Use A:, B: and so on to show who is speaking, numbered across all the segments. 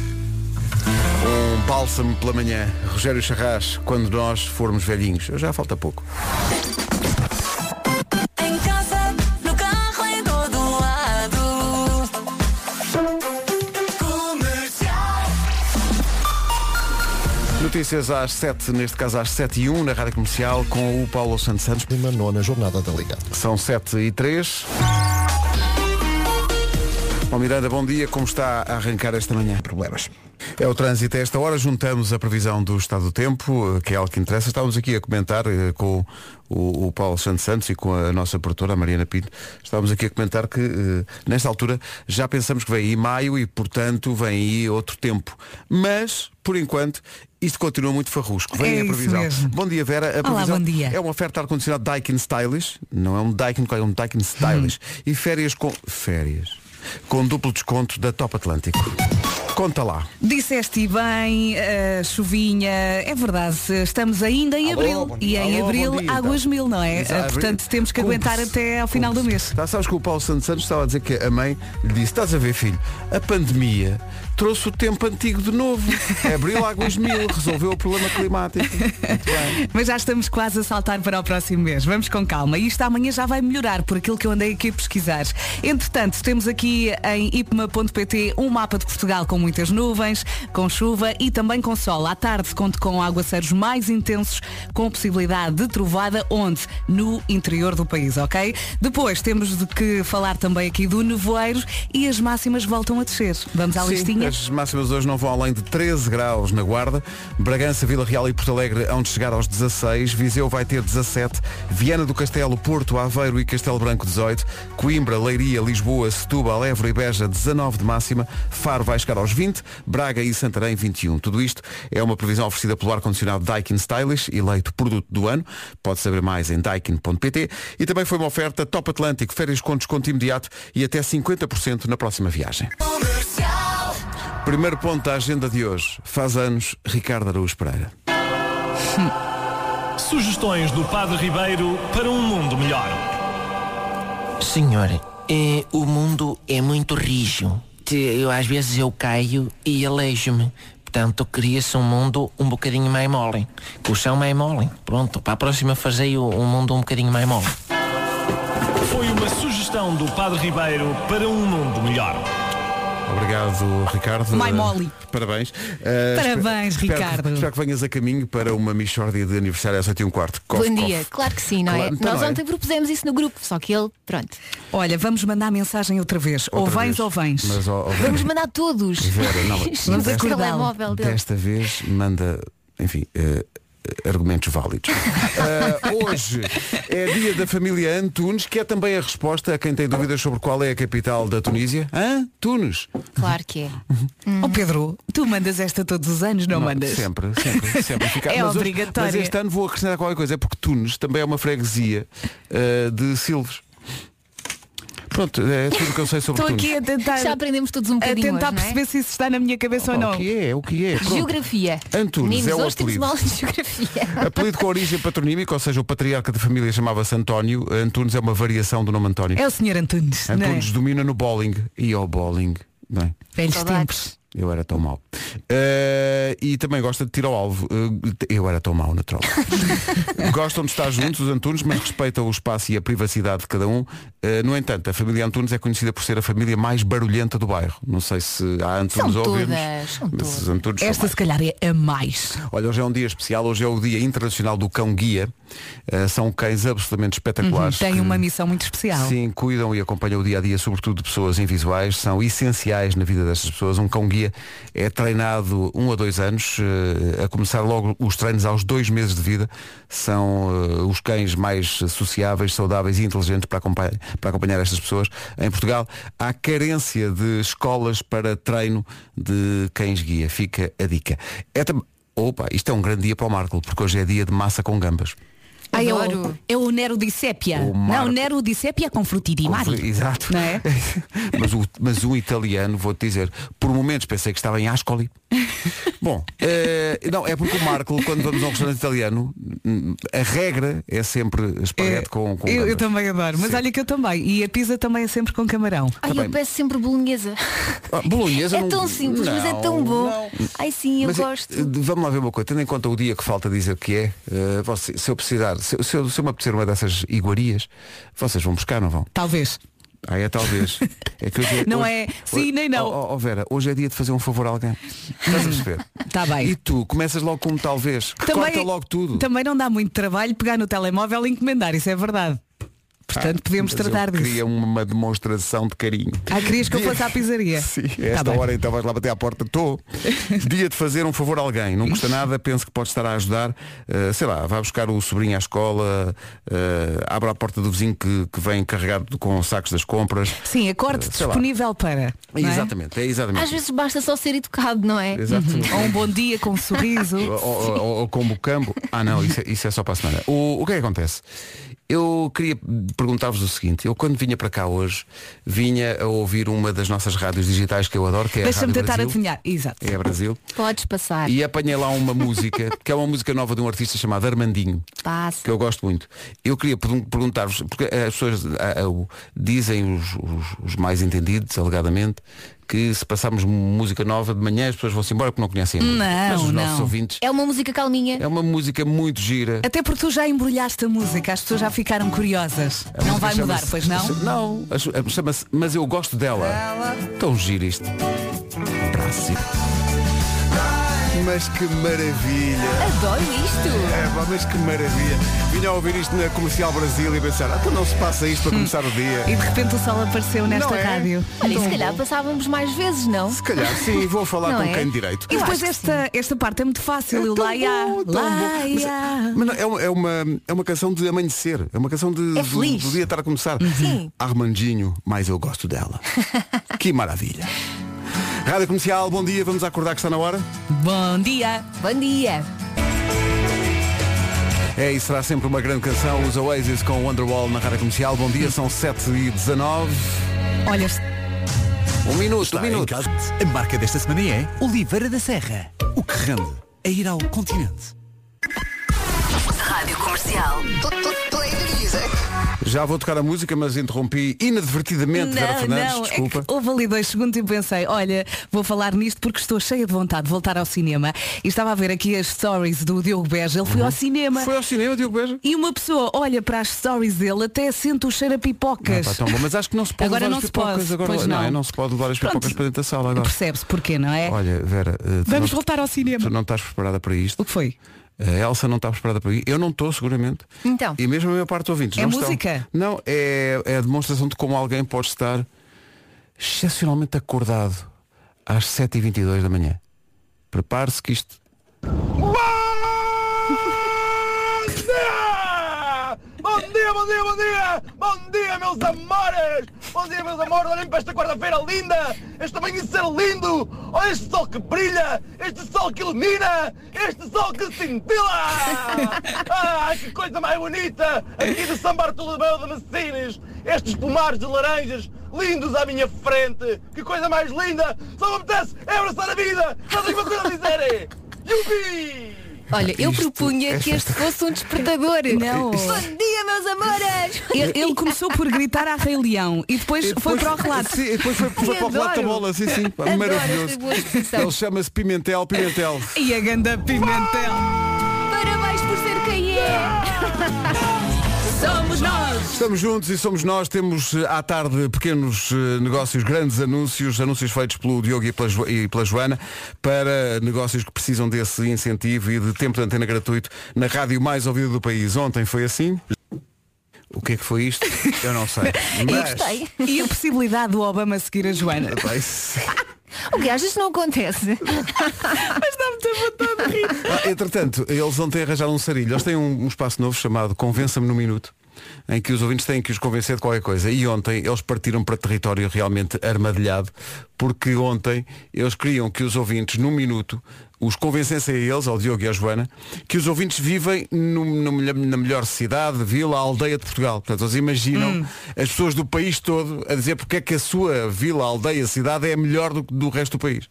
A: Um Bálsamo pela manhã, Rogério Charras, quando nós formos velhinhos. Já falta pouco.
B: Em casa, no carro, em todo lado. Comercial.
A: Notícias às 7, neste caso às 7 e 1, na Rádio Comercial, com o Paulo Santos Santos.
C: Uma nona jornada da Liga.
A: São 7 e 3. Bom, Miranda, bom dia. Como está a arrancar esta manhã? Problemas. É o trânsito a esta hora. Juntamos a previsão do estado do tempo, eh, que é algo que interessa. Estávamos aqui a comentar eh, com o, o Paulo Santos Santos e com a nossa produtora, a Mariana Pinto. Estávamos aqui a comentar que, eh, nesta altura, já pensamos que vem aí maio e, portanto, vem aí outro tempo. Mas, por enquanto, isto continua muito farrusco. Vem
D: É
A: a
D: isso
A: previsão.
D: mesmo.
A: Bom dia, Vera. A
D: Olá,
A: previsão
D: bom dia.
A: é uma oferta ar-condicionado Daikin Stylish. Não é um Daikin, é um Daikin Stylish.
D: Hum.
A: E férias com... Férias. Com duplo desconto da Top Atlântico. Conta lá.
D: Disseste e bem, eh, chuvinha, é verdade, estamos ainda em
A: Alô,
D: abril.
A: bom
D: e
A: dia.
D: em
A: Alô,
D: abril,
A: bom dia, então.
D: águas mil, não é?
A: Exato.
D: Eh, Portanto, temos que
A: Cumpre-se.
D: aguentar até ao final do mês.
A: Tá, sabes que o Paulo Santos Santos estava a dizer que a mãe lhe disse, estás a ver filho, a pandemia trouxe o tempo antigo de novo. Abriu águas mil, resolveu o problema climático. Muito bem.
D: Mas já estamos quase a saltar para o próximo mês. Vamos com calma. Isto amanhã já vai melhorar por aquilo que eu andei aqui a pesquisar. Entretanto, temos aqui em ipma.pt um mapa de Portugal com muitas nuvens, com chuva e também com sol. À tarde conto com aguaceiros mais intensos, com possibilidade de trovada onde? No interior do país, ok? Depois temos de que falar também aqui do nevoeiro e as máximas voltam a descer. Vamos à
A: Sim,
D: listinha?
A: As máximas hoje não vão além de 13 graus na Guarda. Bragança, Vila Real e Porto Alegre onde chegar aos 16. Viseu vai ter 17. Viana do Castelo, Porto, Aveiro e Castelo Branco 18. Coimbra, Leiria, Lisboa, Setúbal, Évora e Beja 19 de máxima. Faro vai chegar aos 20. Braga e Santarém 21. Tudo isto é uma previsão oferecida pelo ar-condicionado Daikin Stylish, eleito produto do ano. Pode saber mais em daikin.pt. E também foi uma oferta Top Atlântico, férias com desconto imediato e até 50% na próxima viagem.
B: Comercial.
A: Primeiro ponto da agenda de hoje. Faz anos, Ricardo Araújo Pereira.
E: Sugestões do Padre Ribeiro para um mundo melhor.
F: Senhor, eh, o mundo é muito rijo. Te- Eu, às vezes eu caio e aleijo-me. Portanto, queria-se um mundo um bocadinho mais mole. Que o chão mais mole. Pronto, para a próxima fazei o- um mundo um bocadinho mais mole.
E: Foi uma sugestão do Padre Ribeiro para um mundo melhor.
A: Obrigado, Ricardo.
D: Mai
A: Eh,
D: mole.
A: Parabéns. Eh,
D: Parabéns,
A: espero- espero
D: Ricardo.
A: que- Espero que venhas a caminho para uma mixórdia de aniversário às 8 e um quarto. Cof,
G: Bom
A: cof.
G: dia, claro que sim, não
A: Claro,
G: é?
A: então
G: Nós
A: não é.
G: ontem propusemos isso no grupo, só que ele, pronto.
D: Olha, vamos mandar mensagem outra vez. ou
A: Outra
D: vens
A: vez.
D: ou vens.
A: Mas, ó, ó, Vera,
G: Vamos mandar todos.
A: Vera, não,
G: Vamos
A: desta-
G: o
D: acordá-lo.
G: telemóvel dele.
A: Desta vez manda, enfim, eh, eh, argumentos válidos. Eh, hoje é dia da família Antunes, que é também a resposta a quem tem dúvidas sobre qual é a capital da Tunísia. Hã? Tunes?
G: Claro que é.
D: Oh Pedro, tu mandas esta todos os anos, não, mandas?
A: Sempre, sempre, sempre. Fica-
D: É
A: hoje-
D: obrigatória.
A: mas este ano vou acrescentar qualquer coisa, é porque Tunes também é uma freguesia uh, de Silves. Pronto, é tudo o que eu sei sobre
D: Estou
A: Tunes.
D: aqui a tentar,
G: Já aprendemos todos um
D: a
G: bocadinho
D: tentar
G: hoje, não é?
D: perceber se isso está na minha cabeça ou
A: Pá,
D: não.
A: O que é, o que é. Pronto.
G: Geografia.
A: Antunes,
G: Meninos,
A: é o
G: hoje temos
A: apelido.
G: mal de geografia.
A: Apelido com origem patronímica, ou seja, o patriarca da família chamava-se António. Antunes é uma variação do nome António.
D: É o senhor Antunes, não é?
A: Antunes domina no bowling e ao bowling. é? Bem,
D: Velhos
G: Saudades.
D: tempos.
A: eu era tão mau. Uh, e também gosta de tirar ao alvo. Uh, eu era tão mau na troca. Gostam de estar juntos os Antunes, mas respeitam o espaço e a privacidade de cada um. Eh, no entanto, a família Antunes é conhecida por ser a família mais barulhenta do bairro. Não sei se há Antunes
G: São
A: a ouvir-nos,
G: todas, são
A: mas
G: todas.
A: os Antunes são
D: Esta
A: mais.
D: se calhar é a mais.
A: Olha, hoje é um dia especial, hoje é o Dia Internacional do Cão Guia. Eh, são cães absolutamente espetaculares.
D: Uhum, Tem
A: que-
D: uma missão muito especial.
A: Sim, cuidam e acompanham o dia a dia, sobretudo de pessoas invisuais, são essenciais na vida destas pessoas. Um cão guia é treinado um a dois anos, eh, a começar logo os treinos aos dois meses de vida. São eh, os cães mais sociáveis, saudáveis e inteligentes para acompanhar, para acompanhar estas pessoas. Em Portugal há carência de escolas para treino de cães guia. Fica a dica. É tam- Opa, isto é um grande dia para o Marco, porque hoje é dia de massa com gambas.
D: Ah, é, o,
G: Adoro.
D: é o Nero Dissépia.
A: O Marco.
D: Não, Nero Dissépia com frutidi mari.
A: Exato.
D: Não é?
A: mas, o, mas o italiano, vou-te dizer, por momentos pensei que estava em Ascoli. Bom, eh, não, é porque o Marco, quando vamos a um restaurante italiano, hum, a regra é sempre esparguete
D: É,
A: com, com
D: eu, eu
A: gambas.
D: também adoro, mas
A: Sim.
D: olha que eu também. E a pizza também é sempre com camarão.
G: Ai,
A: Tá bem.
G: eu peço sempre bolonhesa.
A: Ah, bolonhesa
G: É
A: não-
G: tão simples, mas é tão
A: não,
G: bom.
A: não.
G: Ai sim, eu
A: Mas,
G: gosto.
A: eh, Vamos lá ver uma coisa, tendo em conta o dia que falta dizer que é, eh, você- se eu precisar, se, se eu, se eu me apetecer uma dessas iguarias, vocês vão buscar, não vão?
D: Talvez.
A: Ah, é talvez. É que hoje
D: Não é sim nem não.
A: Oh, oh, oh, Vera, hoje é dia de fazer um favor a alguém. Estás a perceber?
D: Tá bem.
A: E tu começas logo com um talvez. Que corta logo tudo.
D: Também não dá muito trabalho pegar no telemóvel e encomendar, isso é verdade. Portanto, podemos
A: Ah, Mas eu
D: tratar disso.
A: Queria uma demonstração de carinho.
D: Ah, querias que eu fosse à pizzaria?
A: Sim,
D: Tá
A: a esta
D: bem.
A: hora então vais lá bater à porta. Estou. Dia de fazer um favor a alguém. Não custa nada, penso que pode estar a ajudar. Eh, sei lá, vai buscar o sobrinho à escola, eh, abre a porta do vizinho que, que vem carregado com sacos das compras.
D: Sim, acorde
A: Eh, sei lá.
D: disponível para. não é?
A: Exatamente, é exatamente.
G: Às vezes basta só ser educado, não é?
A: Exato.
D: Ou um bom dia com um sorriso.
A: Ou- ou, ou- ou com bucambo. Ah não, isso é, isso é só para a semana. O, o que é que acontece? Eu queria perguntar-vos o seguinte, eu quando vinha para cá hoje, vinha a ouvir uma das nossas rádios digitais que eu adoro, que é a
D: Deixa-me
A: Rádio
D: tentar
A: Brasil.
D: adivinhar. Exato.
A: É a Brasil.
G: Podes passar.
A: E apanhei lá uma música, que é uma música nova de um artista chamado Armandinho,
G: Passa.
A: é que eu gosto muito. Eu queria pergun- perguntar-vos, porque eh, as pessoas ah, ah, o- dizem os, os- os mais entendidos, alegadamente, que se passarmos música nova de manhã as pessoas vão-se embora porque não conhecem a música.
D: Não,
A: Mas os
D: não.
A: nossos ouvintes.
G: É uma música calminha.
A: É uma música muito gira.
D: Até porque tu já embrulhaste a música, as pessoas já ficaram curiosas.
A: A
D: não
A: música
D: vai mudar,
A: chama-se-
D: pois não?
G: Então?
A: Não, a- chama-se Mas Eu Gosto Dela. Tão giro isto. Brasil. Mas que maravilha.
G: Adoro isto.
A: É, pá, mas que maravilha. Vinha a ouvir isto na Comercial Brasil e pensar, ah, então não se passa isto para começar o dia.
D: E de repente o sol apareceu nesta
A: Não é?
D: rádio.
G: Olha, e se calhar passávamos mais vezes, não?
A: Se calhar, sim, vou falar
G: Não
A: com
G: é?
A: quem de direito.
D: E
G: Eu
D: depois
G: acho que
D: esta, esta parte é muito fácil.
A: É
D: o
A: tão
D: laia,
A: bom, tão bom. Mas-
D: laia.
A: Mas não, é, uma, é, uma, é uma canção de amanhecer, é uma canção de,
G: É
A: do,
G: feliz.
A: do dia estar a começar.
G: Sim.
A: Armandinho, mas eu gosto dela. que maravilha. Rádio Comercial, bom dia, vamos acordar que está na hora.
D: Bom dia.
G: Bom dia.
A: É e será sempre uma grande canção, os Oasis com o Wonderwall na Rádio Comercial. Bom dia, são 7h19.
D: Olha,
A: Um minuto, um
C: Em
A: minuto.
C: casa. A marca desta semana é Oliveira da Serra. O que rende a ir ao continente.
B: Rádio comercial. Play music.
A: Já vou tocar a música, mas interrompi inadvertidamente Vera Fernandes, desculpa.
D: É que houve ali dois segundos e pensei, olha, vou falar nisto porque estou cheia de vontade de voltar ao cinema. E estava a ver aqui as stories do Diogo Beja, ele foi ao cinema.
A: Uhum. Foi ao cinema, Diogo Beja?
D: E uma pessoa olha para as stories dele, até sente o cheiro a pipocas.
A: Ah, Pá, então tão bom, mas acho que não se pode
D: Agora
A: levar
D: não
A: as
D: se
A: pipocas
D: pode,
A: agora.
D: pois
A: não,
D: não.
A: não se pode levar as
D: Pronto.
A: pipocas para dentro da sala agora.
D: Percebe-se porquê, não é?
A: Olha, Vera, eh, tu
D: Vamos
A: não-
D: voltar ao cinema.
A: Tu não estás preparada para isto.
D: O que foi?
A: A Elsa não está preparada para isto. Eu não estou, seguramente.
G: Então.
A: E mesmo a maior parte dos ouvintes.
D: É
A: não
D: música?
A: Estão. Não, é, é a demonstração de como alguém pode estar excepcionalmente acordado às 7h22 da manhã. Prepare-se que isto.
H: Bom dia, bom dia, bom dia! Bom dia, meus amores! Bom dia, meus amores! Olhem para esta quarta-feira linda! Este amanhecer lindo! Olha este sol que brilha! Este sol que ilumina! Este sol que cintila! Ah, que coisa mais bonita! Aqui de São Bartolomeu de Messines! Estes pomares de laranjas lindos à minha frente! Que coisa mais linda! Só me apetece é abraçar a vida! Só tenho uma coisa a dizer! é, Yupi!
G: Olha, eu
A: Isto- é
G: propunha que este fosse um despertador.
D: Não.
G: Bom dia, meus amores!
D: Ele, ele começou por gritar a Rei Leão e depois,
A: E
D: foi
A: depois-
D: para o relato.
A: Sim, e depois foi, foi
G: Ai,
A: para o relato da
G: adoro.
A: bola, sim, sim. Pá,
G: Adoro
A: Maravilhoso.
G: esta boa expressão.
A: Ele chama-se Pimentel, Pimentel.
D: E a ganda Pimentel.
G: Parabéns por ser quem é!
D: Somos nós.
A: Estamos juntos e somos nós. Temos eh, à tarde pequenos eh, negócios, grandes anúncios, anúncios feitos pelo Diogo e pela, Jo- e pela Joana para negócios que precisam desse incentivo e de tempo de antena gratuito na rádio mais ouvida do país. Ontem foi assim. O que é que foi isto? Eu não sei. Mas...
G: Gostei.
D: E a possibilidade do Obama seguir a Joana.
A: Epá, isso-
G: O que às vezes não acontece.
D: Mas dá muita vontade de rir.
A: Ah, Entretanto, eles vão ter arranjado um sarilho. Eles têm um, um espaço novo chamado Convença-me no Minuto. em que os ouvintes têm que os convencer de qualquer coisa. E ontem eles partiram para território realmente armadilhado, porque ontem eles queriam que os ouvintes, num minuto, os convencessem a eles, ao Diogo e à Joana, que os ouvintes vivem num- num- na melhor cidade, vila, aldeia de Portugal. Portanto, eles imaginam as pessoas do país todo a dizer porque é que a sua vila, aldeia, cidade é melhor do que do resto do país.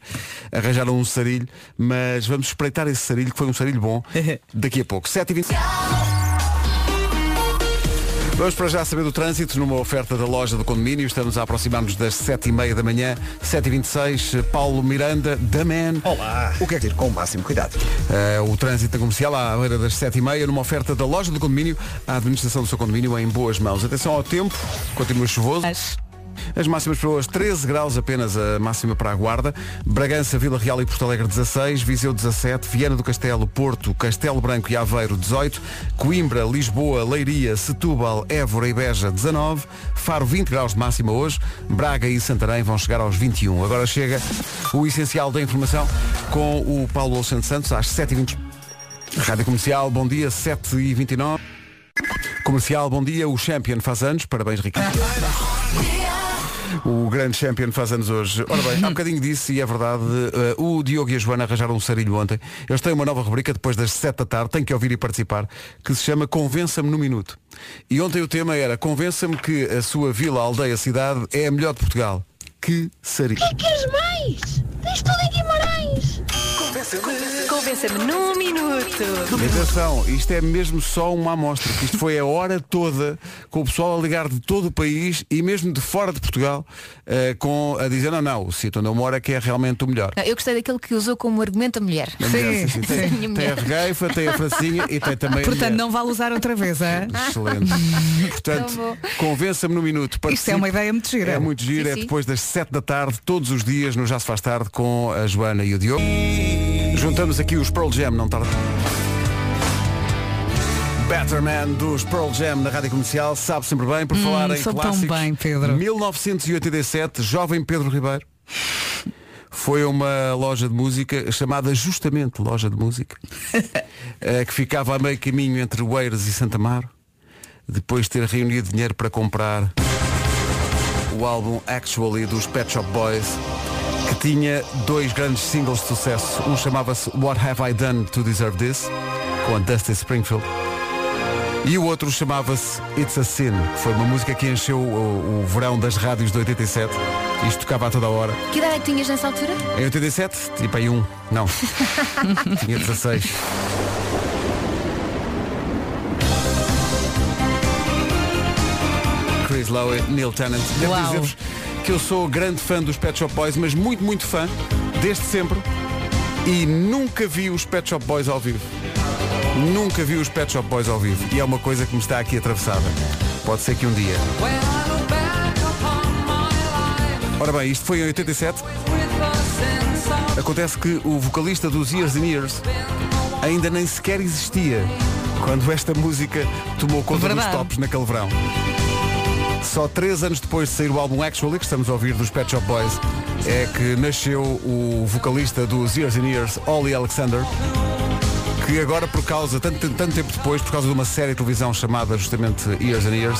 A: Arranjaram um sarilho, mas vamos espreitar esse sarilho, que foi um sarilho bom, daqui a pouco. 7h20. Vamos para já saber do trânsito numa oferta da loja do condomínio. Estamos a aproximar-nos das 7h30 da manhã, 7h26. Paulo Miranda, da Man.
I: Olá. O que é que dizer? Com o máximo cuidado.
A: Eh, o trânsito comercial à beira das 7h30 numa oferta da loja do condomínio à administração do seu condomínio é em boas mãos. Atenção ao tempo, continua chuvoso.
D: Mas
A: As máximas para hoje, 13 graus apenas a máxima para a Guarda. Bragança, Vila Real e Porto Alegre 16, Viseu 17, Viana do Castelo, Porto, Castelo Branco e Aveiro 18, Coimbra, Lisboa, Leiria, Setúbal, Évora e Beja 19, Faro 20 graus de máxima hoje, Braga e Santarém vão chegar aos 21. Agora chega o essencial da informação com o Paulo Alexandre Santos às 7h20. Rádio Comercial, bom dia, 7h29. Comercial, bom dia, o Champion faz anos, parabéns Ricardo. O grande champion faz anos hoje. Ora bem, há um bocadinho disso e é verdade. eh, o Diogo e a Joana arranjaram um sarilho ontem. Eles têm uma nova rubrica depois das 7 da tarde, tem que ouvir e participar, que se chama Convença-me no Minuto. E ontem o tema era Convença-me que a sua vila, aldeia, cidade é a melhor de Portugal. Que sarilho.
J: Queres mais? Tens tudo em Guimarães!
B: Convença-me num minuto.
A: E Atenção, isto é mesmo só uma amostra, que isto foi a hora toda com o pessoal a ligar de todo o país e mesmo de fora de Portugal eh, com, a dizer não, não, o sítio onde eu moro é que é realmente o melhor.
G: Não, eu gostei daquele que usou como argumento a mulher.
A: A mulher, sim, sim, Tem,
G: Sim, a
A: tem a
G: mulher.
A: regueifa, tem a francinha e tem também a
D: Portanto,
A: mulher.
D: não vale usar outra vez, é?
A: Excelente.
G: Não vou.
A: Portanto, convença-me no minuto.
D: Isto é uma ideia muito gira.
A: É muito giro,
G: Sim,
A: é
G: sim.
A: depois das 7 da tarde, todos os dias, no Já se faz tarde, com a Joana e o Diogo. Juntamos aqui os Pearl Jam, não tarda. Better Man dos Pearl Jam na Rádio Comercial, sabe sempre bem, por falar em
D: soube Hum, tão
A: clássicos.
D: bem, Pedro.
A: 1987, jovem Pedro Ribeiro. Foi a uma loja de música chamada justamente Loja de Música, eh, que ficava a meio caminho entre Oeiras e Santa Mar, depois de ter reunido dinheiro para comprar o álbum Actually dos Pet Shop Boys que tinha dois grandes singles de sucesso. Um chamava-se What Have I Done to Deserve This com a Dusty Springfield e o outro chamava-se It's a Sin que foi uma música que encheu o, o verão das rádios de 87 isto tocava a toda hora
G: Que idade é que tinhas nessa altura?
A: em 87, tipo aí um, não. Tinha 16. Chris Lowe, Neil Tennant. Devo
D: Uau.
A: dizer-vos que eu sou grande fã dos Pet Shop Boys, mas muito, muito fã, desde sempre. E nunca vi os Pet Shop Boys ao vivo. Nunca vi os Pet Shop Boys ao vivo. E é uma coisa que me está aqui atravessada. Pode ser que um dia. Ora bem, isto foi em 87. Acontece que o vocalista dos Years and Years ainda nem sequer existia quando esta música tomou conta
D: Verdade.
A: dos tops naquele verão. Só três anos depois de sair o álbum Actually, que estamos a ouvir dos Pet Shop Boys, é que nasceu o vocalista dos Years and Years, Ollie Alexander, que agora por causa, tanto, tanto tempo depois, por causa de uma série de televisão chamada justamente Years and Years,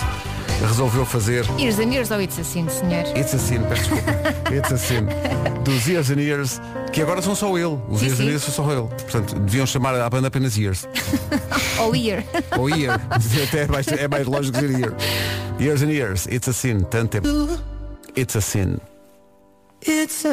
A: resolveu fazer
G: Years and years ou it's assim, senhor?
A: It's a Sin, peço desculpa. It's a Sin. Dos Years and Years, que agora são só ele. Os
G: Sim,
A: Years and
G: sim.
A: Years são só ele. Portanto, deviam chamar a banda apenas Years.
G: Ou year?
A: Ou Year. Até é mais, é mais lógico dizer Year. Years and Years, It's a Sin. Tanto tempo. It's a Sin.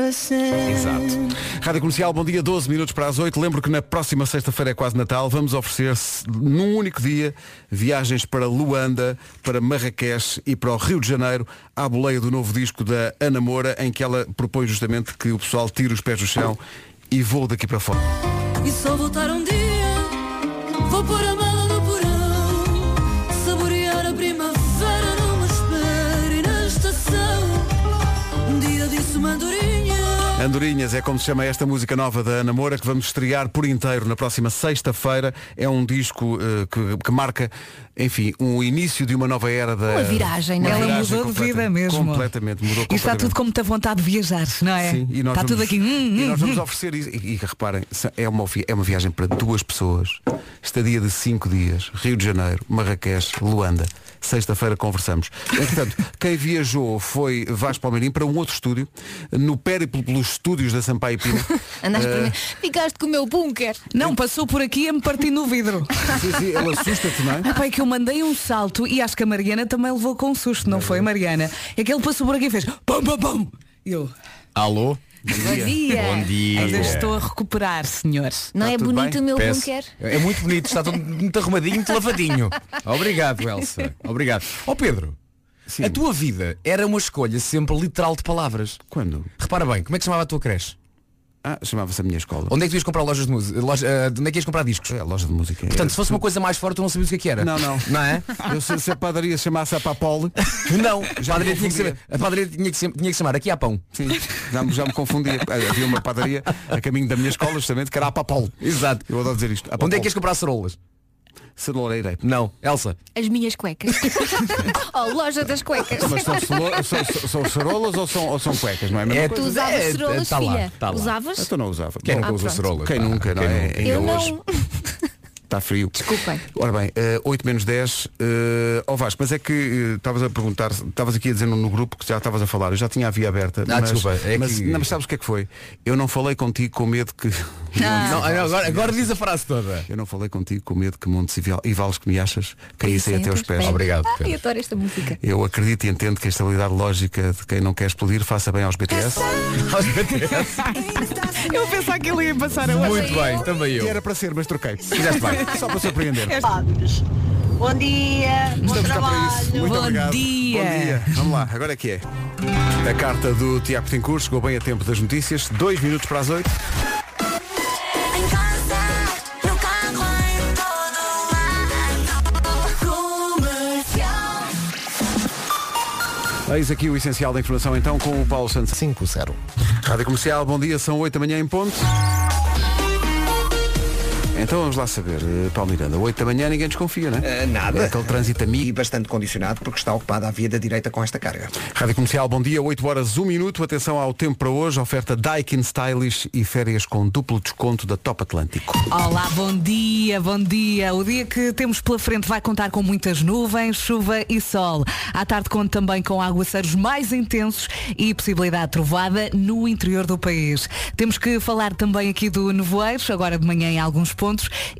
A: Exato. Rádio Comercial, bom dia, 12 minutos para as 8. Lembro que na próxima sexta-feira é quase Natal. Vamos oferecer, num único dia, viagens para Luanda, para Marrakech e para o Rio de Janeiro, à boleia do novo disco da Ana Moura, em que ela propõe justamente que o pessoal tire os pés do chão e voe daqui para fora.
B: E só voltar um dia. Vou pôr a mala no porão. Saborear a primavera numa espera e na estação. Um dia disse uma andorinha.
A: Andorinhas é como se chama esta música nova da Ana Moura que vamos estrear por inteiro na próxima sexta-feira. É um disco eh, que, que marca enfim, um início de uma nova era da.
D: Uma viragem, não é?
A: Uma
D: Ela
A: viragem
D: mudou de
A: completa-
D: vida mesmo.
A: Completamente, mudou
D: E está
A: completamente.
D: tudo com muita vontade de viajar, não é?
A: Sim, e nós
K: Tá
D: está
A: vamos,
D: tudo aqui. hum,
A: e
D: hum,
A: nós vamos
D: hum.
A: oferecer isso. E, e reparem, se- é uma, vi- é uma viagem para duas pessoas, estadia de cinco dias, Rio de Janeiro, Marrakech, Luanda. Sexta-feira conversamos. Entretanto, quem viajou foi Vasco Palmeirim para um outro estúdio, no périplo pelos estúdios da Sampaio Pino.
G: Andaste
A: Eh,
G: para mim. Ficaste com o meu bunker.
D: Não, passou por aqui e me partiu no vidro.
A: Sim, sim, ele assusta-te, não é?
D: Ah, pá, é que eu mandei um salto e acho que a Mariana também levou com um susto, não foi, Mariana? É que ele passou por aqui e fez pam, pam, pam. E eu,
K: Alô?
D: bom dia.
K: Bom dia.
D: Ainda
A: é.
D: estou a recuperar, senhores.
A: Tá
G: Não é
K: Tudo
G: bonito
K: bem?
G: o meu
K: Peço.
G: bunker?
K: É muito bonito, está tudo muito arrumadinho, muito lavadinho. Obrigado, Elsa. Obrigado. Ó Pedro, a tua vida era uma escolha sempre literal de palavras.
A: Quando?
K: Repara bem, como é que chamava a tua creche?
A: Ah, chamava-se a minha escola.
K: Onde é que tu ias comprar lojas de música? Loja, ah, de onde é que ias comprar discos?
A: É, loja de música.
K: Portanto, se fosse uma coisa mais forte, tu não sabias o que é que era.
A: Não, não.
K: Não é?
A: Eu se, se a padaria chamasse a Papole,
K: Não,
A: Já
K: a padaria,
A: me
K: tinha que,
A: confundia.
K: saber- a padaria tinha, que, ser- tinha que chamar aqui há pão.
A: sim, já me, já me confundia. Havia uma padaria a caminho da minha escola, justamente, que era a Papole.
K: Exato.
A: Eu adoro dizer isto.
K: Onde
A: A
K: é
A: Papole.
K: que ias comprar cerolas?
A: Celoureira.
K: Não, Elsa.
G: As minhas cuecas. oh, loja das cuecas.
A: Então, Mas são, celo- são, são- são cerolas ou são, ou são cuecas, não é? a mesma
K: É,
A: coisa?
G: Tu usavas
K: É,
G: cerolas,
K: tá lá,
G: filha?
K: tá lá.
G: Usavas?
A: Então não usava.
K: Quem
A: Bom,
K: nunca usa
G: pronto.
K: cerolas?
A: Quem
K: pá?
A: nunca, não é?
K: nunca?
A: Ainda
G: Eu
A: hoje.
G: não.
A: Está frio.
G: Desculpem.
A: Ora bem, eh, 8 menos 10, uh, Vasco, mas é que eh, estavas a perguntar, estavas aqui a dizer no, no grupo que já estavas a falar, eu já tinha a via aberta.
K: Ah,
A: mas,
K: desculpa, é
A: mas,
K: que-
A: não, mas sabes o que é que foi? Eu não falei contigo com medo que.
K: Não, agora, agora diz a frase toda.
A: Eu não falei contigo com medo que Montes e Val- e Vales que me achas caíssem até aos pés.
K: Obrigado,
G: Ah,
K: Pedro.
G: eu adoro esta música.
A: Eu acredito e entendo que a estabilidade lógica de quem não quer explodir faça bem aos BTS.
D: Eu pensava que ele ia passar a outra.
K: Muito bem, também
A: E
K: eu.
A: era para ser, mas troquei. Fizeste bem. Só para surpreender.
J: Padres. Bom dia, bom
A: Estamos cá
J: trabalho.
A: para isso. Muito
D: Bom
A: obrigado.
D: dia.
A: Bom dia. Vamos lá, agora é que é. A carta do Tiago Tincur chegou bem a tempo das notícias. Dois minutos para as oito.
B: Em casa, no carro, em todo lado. Comercial.
A: Eis aqui o essencial da informação então com o Paulo Santos.
K: 5-0.
A: Rádio Comercial, bom dia, são 8 da manhã em ponto. Então vamos lá saber, eh, Paulo Miranda, 8 da manhã ninguém desconfia, né?
I: Eh, nada.
A: É aquele trânsito
I: E
A: amigo.
I: bastante condicionado porque está ocupada a via da direita com esta carga.
A: Rádio Comercial, bom dia, 8 horas 1 minuto. Atenção ao tempo para hoje, oferta Daikin Stylish e férias com duplo desconto da Top Atlântico.
D: Olá, bom dia, bom dia. O dia que temos pela frente vai contar com muitas nuvens, chuva e sol. À tarde conta também com aguaceiros mais intensos e possibilidade de trovada no interior do país. Temos que falar também aqui do nevoeiro, agora de manhã em alguns pontos,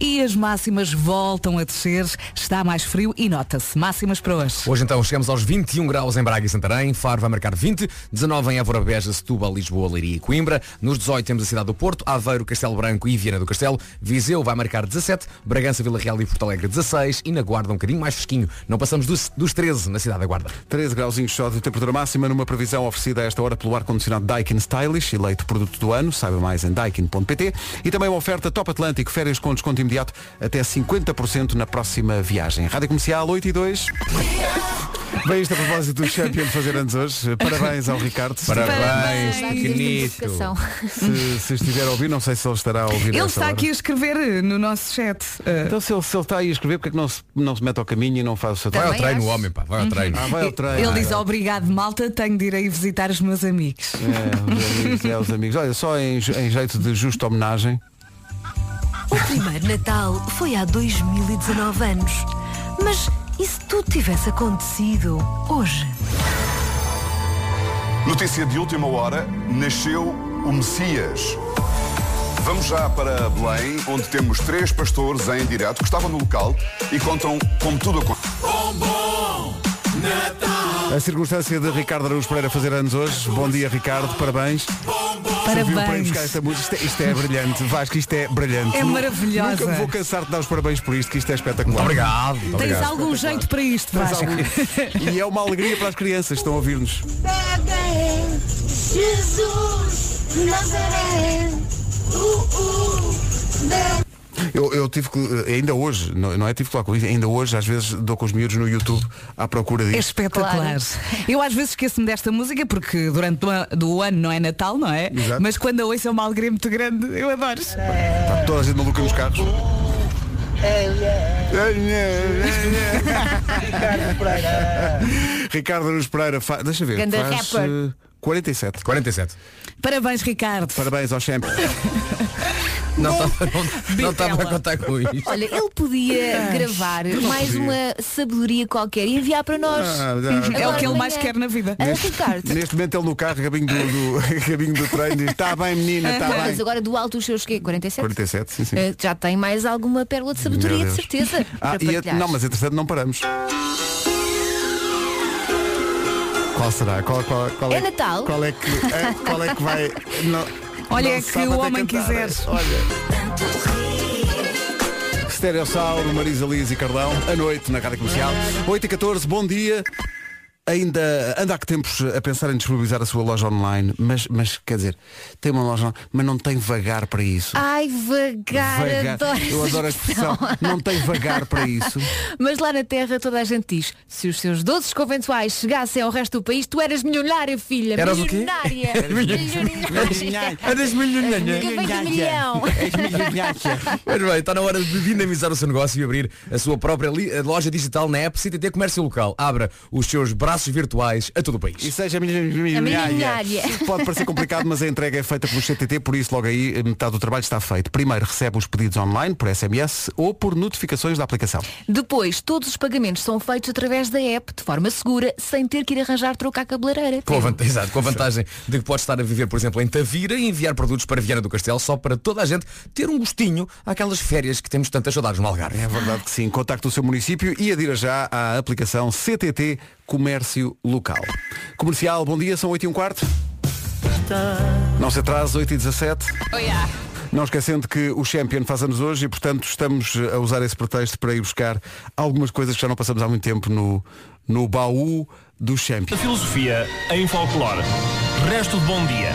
D: e as máximas voltam a descer. Está mais frio e nota-se. Máximas para hoje.
K: Hoje então chegamos aos 21 graus em Braga e Santarém, Faro vai marcar 20, 19 em Évora Beja, Setúbal, Lisboa, Leiria e Coimbra, nos 18 temos a cidade do Porto, Aveiro, Castelo Branco e Viana do Castelo, Viseu vai marcar 17, Bragança, Vila Real e Porto Alegre 16 e na Guarda um bocadinho mais fresquinho, não passamos dos, dos 13 na cidade da Guarda.
A: 13 grauzinhos só de temperatura máxima numa previsão oferecida a esta hora pelo ar-condicionado Daikin Stylish, eleito produto do ano, saiba mais em daikin.pt e também uma oferta Top Atlântico, férias com desconto imediato até 50% na próxima viagem. Rádio Comercial 8 e 2. Bem, isto é a propósito do Champion fazer anos hoje. Parabéns ao Ricardo. Se-
D: Parabéns,
G: Dá medidas de notificação.
A: Se, se estiver a ouvir, não sei se ele estará a ouvir.
D: Ele
A: a esta
D: está
A: hora.
D: aqui a escrever eh, no nosso chat. eh,
A: Então se ele, se ele está aí a escrever, porque é que não se, não se mete ao caminho e não faz o seu
K: Vai
A: trabalho?
K: ao
G: Também
K: treino,
G: acho.
K: homem, pá, vai ao treino.
A: Ah, vai ao treino.
D: Ele diz obrigado malta, tenho de ir aí visitar os meus amigos.
A: É, os amigos, é, os amigos. Olha, só em, em jeito de justa homenagem,
B: O primeiro Natal foi há 2019 anos. Mas e se tudo tivesse acontecido hoje?
L: Notícia de última hora, nasceu o Messias. Vamos já para Belém, onde temos três pastores em direto que estavam no local e contam como tudo aconteceu.
A: A circunstância de Ricardo Araújo Pereira fazer anos hoje. Bom dia, Ricardo, parabéns. Serviu para ir
D: Parabéns.
A: buscar esta música. Isto é, isto é brilhante, Vasco, isto é brilhante.
D: É
A: Nu-
D: maravilhosa.
A: Nunca me vou cansar de dar os parabéns por isto, que isto é espetacular.
K: Obrigado, muito
D: Tens
K: obrigado.
D: algum jeito para isto,
A: Mas
D: Vasco?
A: algum- E é uma alegria para as crianças que estão a ouvir-nos.
B: é
J: Nazaré, Jesus, Nazaré, uh, uh, da-
A: Eu, eu tive que, eh, ainda hoje, não, não é tive que falar com isso, ainda hoje às vezes dou com os miúdos no YouTube à procura
D: É
A: disto.
D: espetacular.
G: Claro.
D: Eu às vezes esqueço-me desta música porque durante o an- do ano não é Natal, não é?
A: Exato.
D: Mas quando a ouço é uma alegria muito grande. Eu adoro.
A: Está toda a gente maluca nos carros.
J: Ricardo Pereira.
A: Ricardo Aruz Pereira, fa... deixa ver,
D: Ganda
A: faz
D: rapper.
A: eh, 47.
K: 47.
D: Parabéns, Ricardo.
A: Parabéns ao Champions.
K: Não estava não, estava a contar com isto.
G: Olha, ele podia
K: Ai,
G: gravar
K: eu não
G: mais
K: podia.
G: uma sabedoria qualquer e enviar para nós.
A: Ah, dá. É o que ele mais quer
D: na vida.
G: Ricardo.
A: Neste momento ele no carro, caminho do, do, caminho do treino, diz, está bem menina, está
G: Mas
A: tá bem.
G: agora do alto dos seus quê? 47?
A: 47, sim, sim.
G: Eh, Já tem mais alguma pérola de sabedoria,
A: Meu
G: de
A: Deus.
G: certeza.
A: Ah,
G: para
A: e a-
G: partilhar.
A: não, mas entretanto não paramos. Qual será? Qual, qual, qual
G: É Natal?
A: Qual é que, é- qual é que vai. Não,
D: Olha,
A: não
D: é que
A: se sabe
D: o
A: até
D: homem
A: cantar,
D: quiser.
A: é? Olha. Stereossauro, Marisa Liz e Cardão, à noite na Rádio Comercial. 8 e 14 bom dia. Ainda anda há que tempos a pensar em disponibilizar a sua loja online, mas, mas quer dizer, tem uma loja online, mas não tem vagar para isso.
G: Ai, vagar,
A: Vagar.
G: Ah, adoro
A: Eu
G: essa
A: adoro a expressão. Não tem vagar para isso.
G: Mas lá na Terra toda a gente diz Se os seus doces conventuais chegassem ao resto do país Tu eras milionária, filha
J: Eras o quê?
G: Milionária
J: Eras
G: Milionária
K: Eras milionária.
G: Que vem de milhão
K: Mas bem, está na hora de dinamizar o seu negócio e abrir a sua própria li- loja digital na app CTT Comércio Local. Abra os seus braços virtuais a todo o país.
A: E seja milionária. Pode parecer complicado, mas a entrega é feita pelo CTT, por isso logo aí eh, metade do trabalho está feito. Primeiro recebe os pedidos online, por SMS ou por notificações da aplicação.
G: Depois, todos os pagamentos são feitos através da app De forma segura, sem ter que ir arranjar trocar cabeleireira
K: Com a, van- Exato, com a vantagem de que pode estar a viver, por exemplo, em Tavira e enviar produtos para Viana do Castelo só para toda a gente ter um gostinho àquelas férias que temos tantas saudades no Algarve.
A: É verdade que sim. Contacte o seu município e adira já à aplicação CTT Comércio Local. Comercial, bom dia, são 8 e um quarto. Não se atrase, 8 e 17. Não esquecendo que o Champion faz anos hoje e, portanto, estamos a usar esse pretexto para ir buscar algumas coisas que já não passamos há muito tempo no, no baú do Champion.
E: A filosofia em folclore. Resto de bom dia.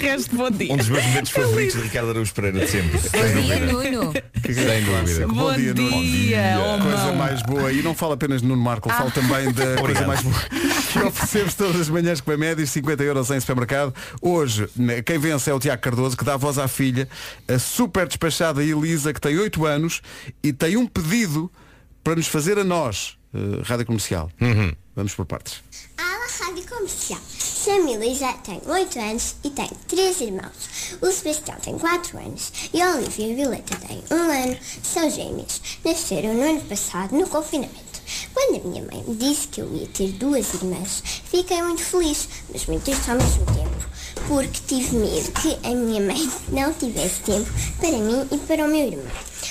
D: Resto bom dia.
M: Um dos meus momentos favoritos de Ricardo Araújo Pereira de sempre. Sem dúvida.
G: Nuno
M: Sem dúvida.
D: Bom dia,
A: Nuno.
D: Bom dia, homão. Ah.
A: Coisa mais boa. E não falo apenas de Nuno Marco, falo também da coisa mais boa. Que oferecemos todas as manhãs com a média, 50 euros em supermercado. Hoje, né, quem vence é o Tiago Cardoso, que dá voz à filha, a super despachada Elisa, que tem 8 anos, e tem um pedido para nos fazer a nós, eh, Rádio Comercial.
D: Uhum.
A: Vamos por partes.
N: Ala Rádio Comercial. Chamo-me Luísa, tenho 8 anos e tenho 3 irmãos. O Sebastião tem 4 anos e a Olivia e a Violeta têm 1 ano. São gêmeos. Nasceram no ano passado no confinamento. Quando a minha mãe me disse que eu ia ter duas irmãs, fiquei muito feliz, mas muito triste ao mesmo tempo, porque tive medo que a minha mãe não tivesse tempo para mim e para o meu irmão.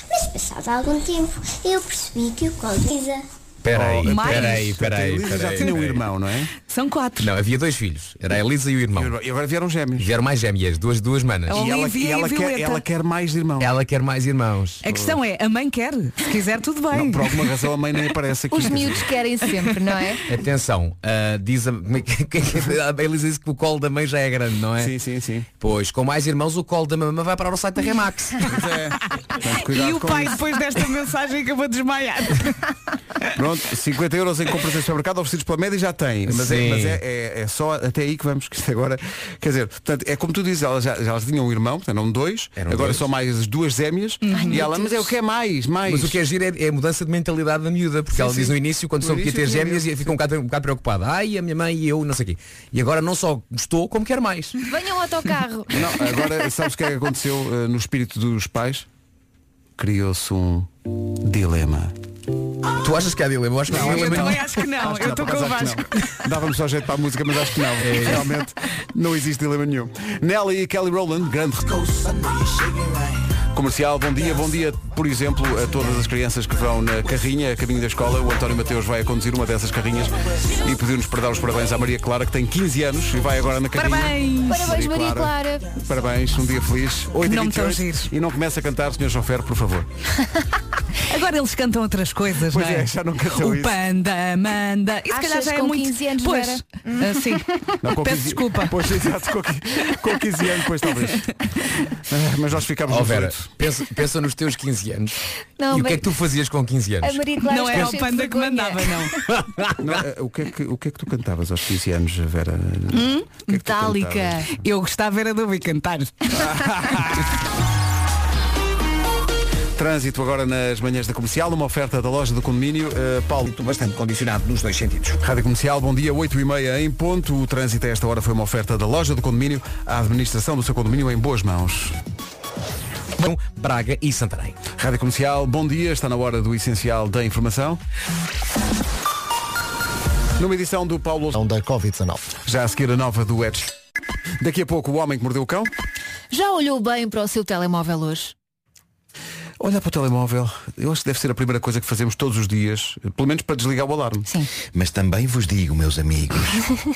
N: Mas passado algum tempo, eu percebi que o colo de Luísa
K: Peraí,
N: Oh, mais?
K: peraí, peraí,
A: Elisa
K: peraí.
A: já tinha um
K: irmão,
A: não é?
D: São quatro.
K: Não, havia dois filhos. Era a Elisa e o irmão.
A: E agora vieram gêmeos.
K: Vieram mais gêmeas, duas, duas manas.
A: Oh.
D: A E ela- Olivia e ela a quer- Violeta. ela
A: quer mais irmãos.
K: Ela quer mais irmãos.
D: A questão é, a mãe quer? Se quiser, tudo bem.
K: Não, por alguma
A: razão a mãe nem aparece
G: Os miúdos querem sempre, não é?
K: Atenção, ah, diz a, como é que- que- que- a Elisa disse que o colo da mãe já é grande, não é? Sim,
A: sim, sim.
K: Pois, com mais irmãos, o colo da mamãe vai para o site da Remax.
D: e o pai, depois desta mensagem, acabou de desmaiar.
A: Pronto, 50 euros em compras em supermercado oferecidos pela média já tem. Mas, é,
K: Sim.
A: mas é, é- é só até aí que vamos, que isto agora. Quer dizer, portanto, é como tu dizes, elas já, já elas tinham um irmão, portanto, eram dois, agora
K: dois.
A: só mais duas gêmeas. e ela, mas é o que é mais, mais.
K: Mas o que é giro é, é a mudança de mentalidade da miúda, porque
A: Sim,
K: ela diz
A: sim.
K: no início, quando
A: No
K: soube que ia
A: início
K: ter
A: tinha
K: gêmeas, e fica um bocado, um bocado preocupada. Ai, a minha mãe e eu, não sei o quê. E agora não só gostou, como quer mais.
G: Venham ao autocarro
K: é-
A: Não, agora sabes o que é que aconteceu eh, no espírito dos pais? Criou-se um dilema.
K: Tu achas que há dilema? Eu acho que
A: Não,
K: há
A: eu
K: dilema.
A: também
D: acho que não. Eu estou
A: por
D: com o
A: acaso acho
D: Vasco. É.
A: que não. Dávamos só jeito para a música, mas acho que não. Realmente não existe dilema nenhum. Nelly e Kelly Rowland, grande Comercial, bom dia, bom dia, por exemplo, a todas as crianças que vão na carrinha, a caminho da escola. O António Mateus vai a conduzir uma dessas carrinhas e pediu-nos para dar os parabéns à Maria Clara, que tem 15 anos e vai agora na carrinha.
D: Parabéns.
G: Parabéns, Maria Clara
A: Parabéns, um dia feliz. 8
D: Nome tão
A: e não começa a cantar, Sr. Chofer, por favor.
D: Agora eles cantam outras coisas,
A: Pois
D: não é?
A: é, já não cantam
D: o
A: isso.
D: panda manda. E se
G: Achas
D: calhar já é
G: com
D: muito.
G: 15 anos,
D: pois,
G: Vera?
D: ah, sim.
A: Não, com
D: Peço
A: 15
D: desculpa.
A: Pois, exato, com, qui- com 15 anos, pois talvez. Ah, Mas nós ficámos
K: Oh,
A: nos
K: Vera,
A: oito.
K: pensa, pensa nos teus 15 anos.
G: Não,
K: e o que
G: mas-
K: é que tu fazias com 15 anos?
G: A Maria Clara
D: Não
G: está
D: era o
G: cheia de
D: panda que
G: vergonha.
D: mandava, não.
A: Não, ah, o, que é que, o que é que tu cantavas aos 15 anos, Vera? é
D: Hum?
A: Metallica.
G: É.
D: Eu gostava era de ouvir cantar.
A: Trânsito agora nas manhãs da comercial, uma oferta da loja do condomínio. Uh, Paulo.
I: Estou bastante condicionado nos dois sentidos.
A: Rádio Comercial, bom dia, 8 e meia em ponto. O trânsito a esta hora foi uma oferta da loja do condomínio, a administração do seu condomínio em boas mãos.
K: Braga e Santarém.
A: Rádio Comercial, bom dia, está na hora do essencial da informação. Numa edição do Paulo
O: Então, da Covid-19.
A: Já a seguir a nova do Edge. Daqui a pouco o homem que mordeu o cão.
G: Já olhou bem para o seu telemóvel hoje?
A: Olhar para o telemóvel, eu acho que deve ser a primeira coisa que fazemos todos os dias, pelo menos para desligar o alarme.
G: Sim.
M: Mas também vos digo, meus amigos,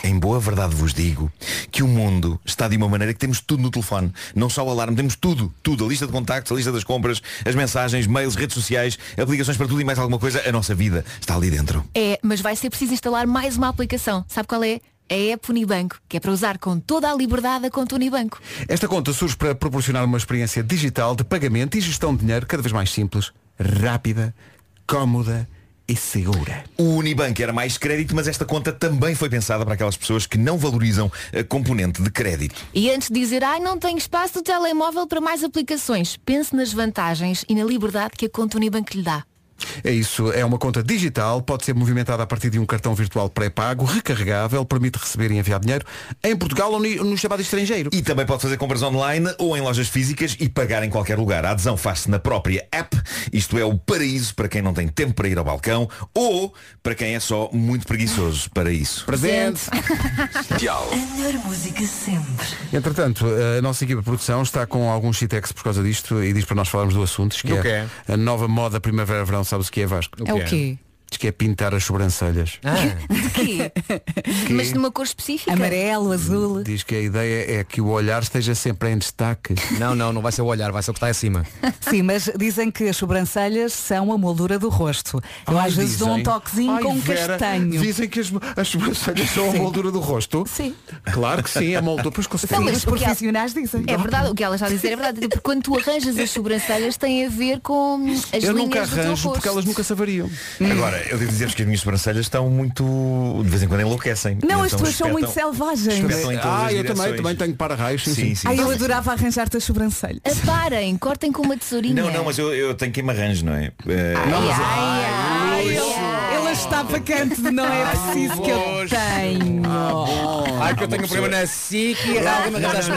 M: em boa verdade vos digo, que o mundo está de uma maneira que temos tudo no telefone. Não só o alarme, temos tudo, tudo. A lista de contactos, a lista das compras, as mensagens, mails, redes sociais, aplicações para tudo e mais alguma coisa. A nossa vida está ali dentro.
G: É, mas vai ser preciso instalar mais uma aplicação. Sabe qual é? É a app Unibanco, que é para usar com toda a liberdade a conta Unibanco.
A: Esta conta surge para proporcionar uma experiência digital de pagamento e gestão de dinheiro cada vez mais simples, rápida, cómoda e segura.
M: O Unibanco era mais crédito, mas esta conta também foi pensada para aquelas pessoas que não valorizam a componente de crédito.
G: E antes de dizer, ai, não tenho espaço do telemóvel para mais aplicações, pense nas vantagens e na liberdade que a conta Unibanco lhe dá.
A: É isso, é uma conta digital, pode ser movimentada a partir de um cartão virtual pré-pago, recarregável, permite receber e enviar dinheiro em Portugal ou ni- no chamado estrangeiro.
M: E também pode fazer compras online ou em lojas físicas e pagar em qualquer lugar. A adesão faz-se na própria app, isto é o paraíso para quem não tem tempo para ir ao balcão ou para quem é só muito preguiçoso para isso.
A: Presente.
M: Tchau.
B: melhor música sempre.
A: Entretanto, a nossa equipa de produção está com alguns shitex por causa disto e diz para nós falarmos do assunto, diz que,
K: Do
A: é a nova moda primavera-verão, sabes o que é Vasco?
G: O É o quê? quê?
A: Diz que é pintar as sobrancelhas.
G: De quê? Mas numa cor específica.
D: Amarelo, azul.
A: Diz que a ideia é que o olhar esteja sempre em destaque.
K: Não, não, não vai ser o olhar, vai ser o que está acima.
D: Sim, mas dizem que as sobrancelhas são a moldura do rosto. Eu
A: Ai,
D: às vezes dou um
A: dizem.
D: toquezinho
A: Ai,
D: com um
A: Vera,
D: castanho.
A: Dizem que as, as sobrancelhas são a
D: Sim.
A: moldura do rosto.
D: Sim.
A: Claro que sim, é a moldura. Pois com certeza.
G: Não, mas
D: Os profissionais dizem.
G: É verdade, o que ela está a dizer é verdade. Porque quando tu arranjas as sobrancelhas tem a ver com as
A: Eu
G: linhas
A: nunca
G: do teu
A: arranjo porque
G: rosto.
A: elas nunca se avariam.
M: Agora, Eh, eu devo dizer-vos que as minhas sobrancelhas estão muito. De vez em quando enlouquecem.
D: Não, as
M: Então
D: tuas são
M: espetam-
D: muito selvagens.
M: espetam em todas
A: Ah,
M: as
A: eu também,
M: direções.
A: também tenho para-raios. Sim, sim.
M: Sim, sim.
D: Ai, eu adorava arranjar-te as sobrancelhas.
G: Aparem, cortem com uma tesourinha.
M: Não, não, mas eu, eu tenho que me arranjo, não é? Eh,
G: Ai, ai,
D: Ai,
G: ai.
D: ele, ele está vacante de não é preciso que eu tenho.
K: Ai, que eu tenho um problema na SIC e alguma coisa